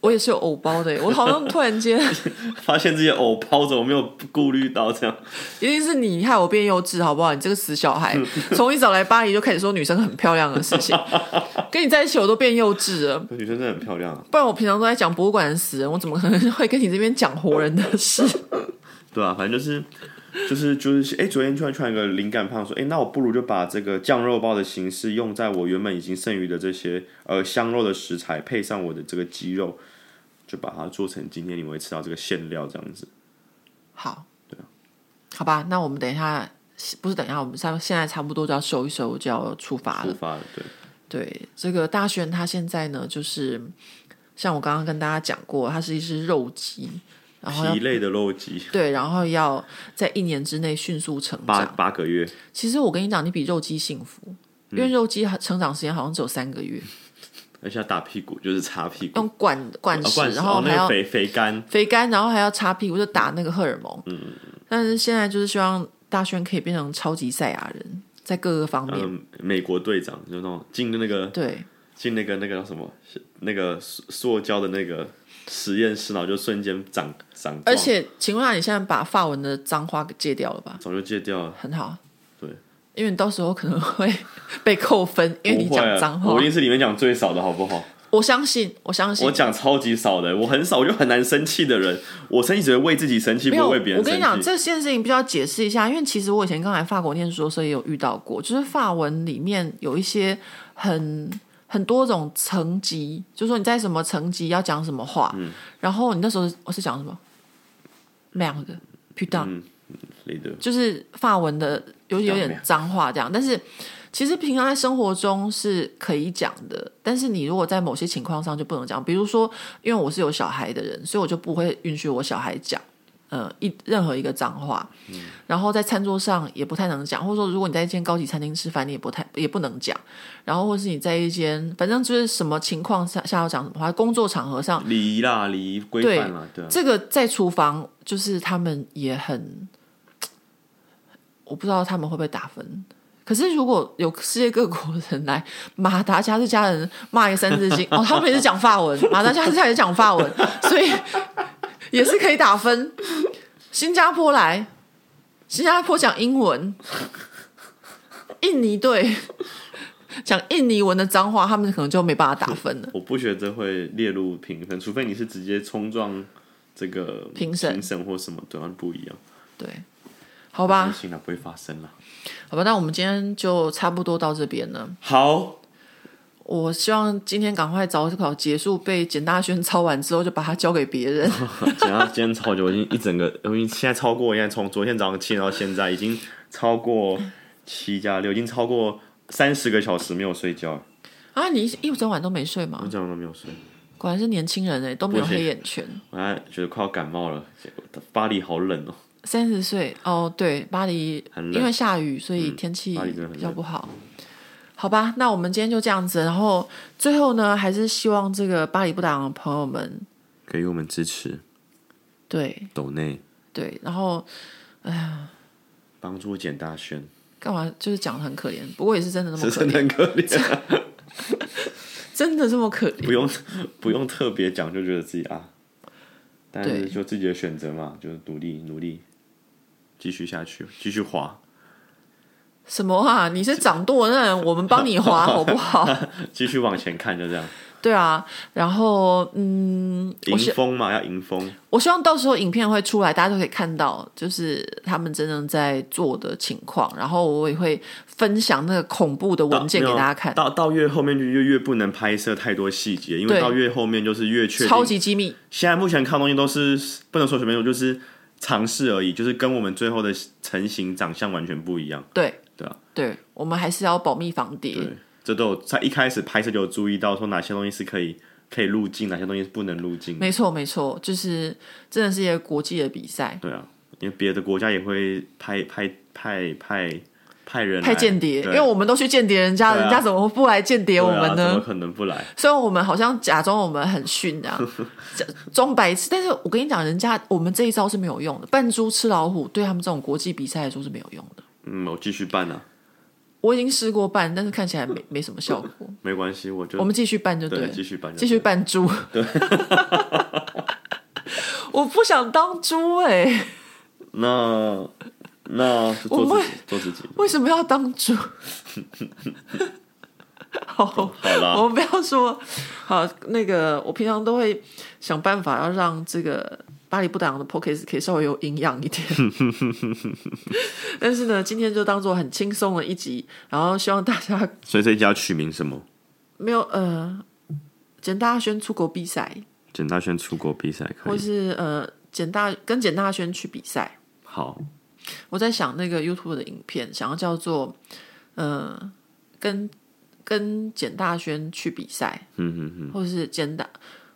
A: 我也是有偶包的耶，我好像突然间 (laughs)
B: 发现自己的偶包怎么没有顾虑到这样？
A: 一定是你害我变幼稚，好不好？你这个死小
B: (laughs)
A: 孩，从一早来巴黎就开始说女生很漂亮的事情， (laughs) 跟你在一起我都变幼稚了。
B: 女生真的很漂亮啊，
A: 不然我平常都在讲博物馆的死人，我怎么可能会跟你这边讲活人的事？ (laughs)
B: 对啊，反正就是就是就是，哎、昨天突然突然有个灵感胖说，哎、那我不如就把这个酱肉包的形式用在我原本已经剩余的这些呃香肉的食材，配上我的这个鸡肉，就把它做成今天你们会吃到这个馅料这样子。
A: 好，
B: 啊
A: 好吧，那我们等一下，不是等一下，我们差现在差不多就要收一收，就要出发
B: 出
A: 了。
B: 发了，对，
A: 对，这个大轩他现在呢，就是像我刚刚跟大家讲过，他是一只肉鸡，然后要
B: 皮类的肉鸡，
A: 对，然后要在一年之内迅速成
B: 八
A: 长。
B: 八个月，
A: 其实我跟你讲，你比肉鸡幸福，因
B: 嗯
A: 为肉鸡成长时间好像只有三个月，
B: 而且要打屁股，就是擦屁股，
A: 用灌灌
B: 啊
A: 食，
B: 灌食
A: 然后
B: 哦
A: 还
B: 那
A: 要
B: 个肥肥干，
A: 肥干，然后还要擦屁股，就打那个荷尔蒙。嗯，但是现在就是希望大轩可以变成超级赛亚人，在各个方面。
B: 嗯，美国队长就那种进那个
A: 对，
B: 进那个那个叫什么是那个塑塑胶的那个实验室，然后就瞬间长长壮，
A: 而且请问下，你现在把法文的脏话给戒掉了吧？
B: 早就戒掉了。
A: 很好。
B: 对，
A: 因为你到时候可能会 (laughs) 被扣分，因为你
B: 不会
A: 讲
B: 啊
A: 脏话。
B: 我
A: 我
B: 一定是里面讲最少的好不好？
A: 相信，我相信
B: 我。讲超级少的，我很少，我就很难生气的人。我生气只会为自己生气，
A: 没
B: 不
A: 有，
B: 会为别
A: 我
B: 人
A: 跟你讲，
B: 生气。
A: 这件事情必须要解释一下，因为其实我以前刚来法国念书的时候也有遇到过，就是法文里面有一些很很多种层级，就是说你在什么层级要讲什么话，
B: 嗯
A: 然后你那时候我是讲什么两个 p u t a
B: 你的
A: 就是法文的有有点脏话这样，但是其实平常在生活中是可以讲的，但是你如果在某些情况上就不能讲，比如说因为我是有小孩的人，所以我就不会允许我小孩讲。呃，一任何一个脏话，然后在餐桌上也不太能讲，或者说如果你在一间高级餐厅吃饭，你也不太也不能讲，然后或是你在一间反正就是什么情况下下要讲什么话，工作场合上
B: 礼仪啦，礼仪规
A: 对
B: 范啦，对啊，
A: 这个在厨房就是他们也很，我不知道他们会不会打分。可是如果有世界各国人来马达加斯加人骂一个三字经， (laughs) 哦，他们也是讲法文，马达加斯加也是讲法文，所以也是可以打分。新加坡来，新加坡讲英文，印尼队讲印尼文的脏话，他们可能就没办法打分 (laughs) 了。
B: 我不觉得会列入评分，除非你是直接冲撞这个
A: 评审
B: 评审或什么，对啊，不一样。
A: 对，好吧
B: 不，行了，不会发生了。
A: 好吧，那我们今天就差不多到这边了。
B: 好，
A: 我希望今天赶快早考结束，被简大轩 (laughs) 抄完之后，就把它交给别
B: (laughs)
A: 人。
B: 讲到今天超久，我已经一整个，我已经现在超过，现在从昨天早上七点到现在，已经超过七加六，已经超过三十个小时没有睡觉，
A: 啊，你一整晚都没睡
B: 我
A: 吗？
B: 怎么都没有睡，
A: 果然是年轻人哎、都没有
B: 不是
A: 黑眼圈。
B: 我还觉得快要感冒了。巴黎好冷哦，
A: 三十岁哦，对，巴黎
B: 很冷嗯
A: 因为下雨，所以天气
B: 巴黎真的很
A: 比较
B: 冷
A: 不好。好吧，那我们今天就这样子。然后最后呢，还是希望这个巴黎不打烊的朋友们，
B: 给予我们支持，
A: 对
B: 抖内
A: 对，然后
B: 帮助简大轩，
A: 干嘛就是讲的很可怜，不过也是真的那么
B: 这
A: 可
B: 真的
A: 怜，
B: 很可怜，
A: 真的这么可怜
B: 不。用不用特别讲就觉得自己啊，但是
A: 对
B: 就自己的选择嘛，就是努力努力，继续下去，继续滑，
A: 什么啊？你是掌舵的人，我们帮你划好不
B: (laughs)
A: 好？
B: 继续往前看，就这样，
A: 对啊，然后嗯，我希
B: 迎风嘛，要迎风。
A: 我希望到时候影片会出来，大家都可以看到，就是他们真正在做的情况。然后我也会分享那个恐怖的文件给
B: 啊没有
A: 大家看，
B: 到到越后面就越越不能拍摄太多细节，因为
A: 对
B: 到越后面就是越确定。
A: 超级机密。
B: 现在目前看的东西都是不能说随便用，就是尝试而已，就是跟我们最后的成型长相完全不一样。
A: 对
B: 对啊，
A: 对，我们还是要保密防谍。
B: 对，这都有在一开始拍摄就有注意到说哪些东西是可以可以入镜，哪些东西是不能入镜。
A: 没错没错，就是真的是一个国际的比赛。
B: 对啊，因为别的国家也会派派派派派人来
A: 派间谍，因
B: 对
A: 为我们都去间谍人家，
B: 对啊
A: 人家怎么不来间谍我们
B: 对啊
A: 呢？
B: 怎么可能不来？
A: 虽然我们好像假装我们很逊这样，
B: (laughs)
A: 假装白痴，但是我跟你讲，人家我们这一招是没有用的，扮猪吃老虎对他们这种国际比赛来说是没有用的。
B: 嗯，我继续办啊，
A: 我已经试过扮，但是看起来没没什么效果。
B: 没关系，我就
A: 我们继续扮就
B: 对
A: 了
B: 继续办就对，
A: 继续扮猪。 (laughs) 我不想当猪哎、
B: 那那就做
A: 我
B: 自
A: 们
B: 己，做自己。
A: 为什么要当猪？好，
B: 好啦
A: (laughs) 我们不要说好那个，我平常都会想办法要让这个巴黎不打烊的 p o c k e t 可以稍微有营养一点。但是呢，今天就当做很轻松的一集，然后希望大家
B: 所以这一家取名什么？
A: 没有呃，简大轩出国比赛，
B: 简大轩出国比赛可
A: 或
B: 以。
A: 是呃简大跟简大轩去比赛。
B: 好，
A: 我在想那个 YouTube 的影片，想要叫做呃，跟跟简大轩去比赛，
B: 嗯嗯嗯，
A: 或者是简大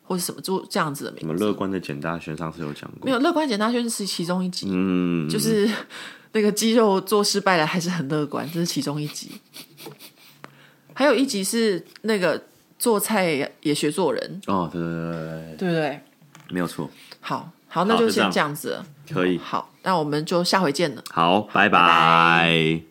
A: 或者什么，就这样子的
B: 什
A: 名
B: 么
A: 字。
B: 乐观的简大轩上次有讲
A: 没
B: 过，
A: 有乐观简大轩是其中一集，
B: 嗯，
A: 就是 (laughs) 那个肌肉做失败了还是很乐观，这是其中一集。还有一集是那个做菜也学做人，
B: 哦，对对对对对，
A: 对不对？
B: 没有错，
A: 好好，那
B: 好
A: 就
B: 就这
A: 先
B: 样
A: 这样子了。
B: 可以。
A: 好，那我们就下回见了。
B: 好，拜
A: 拜
B: 拜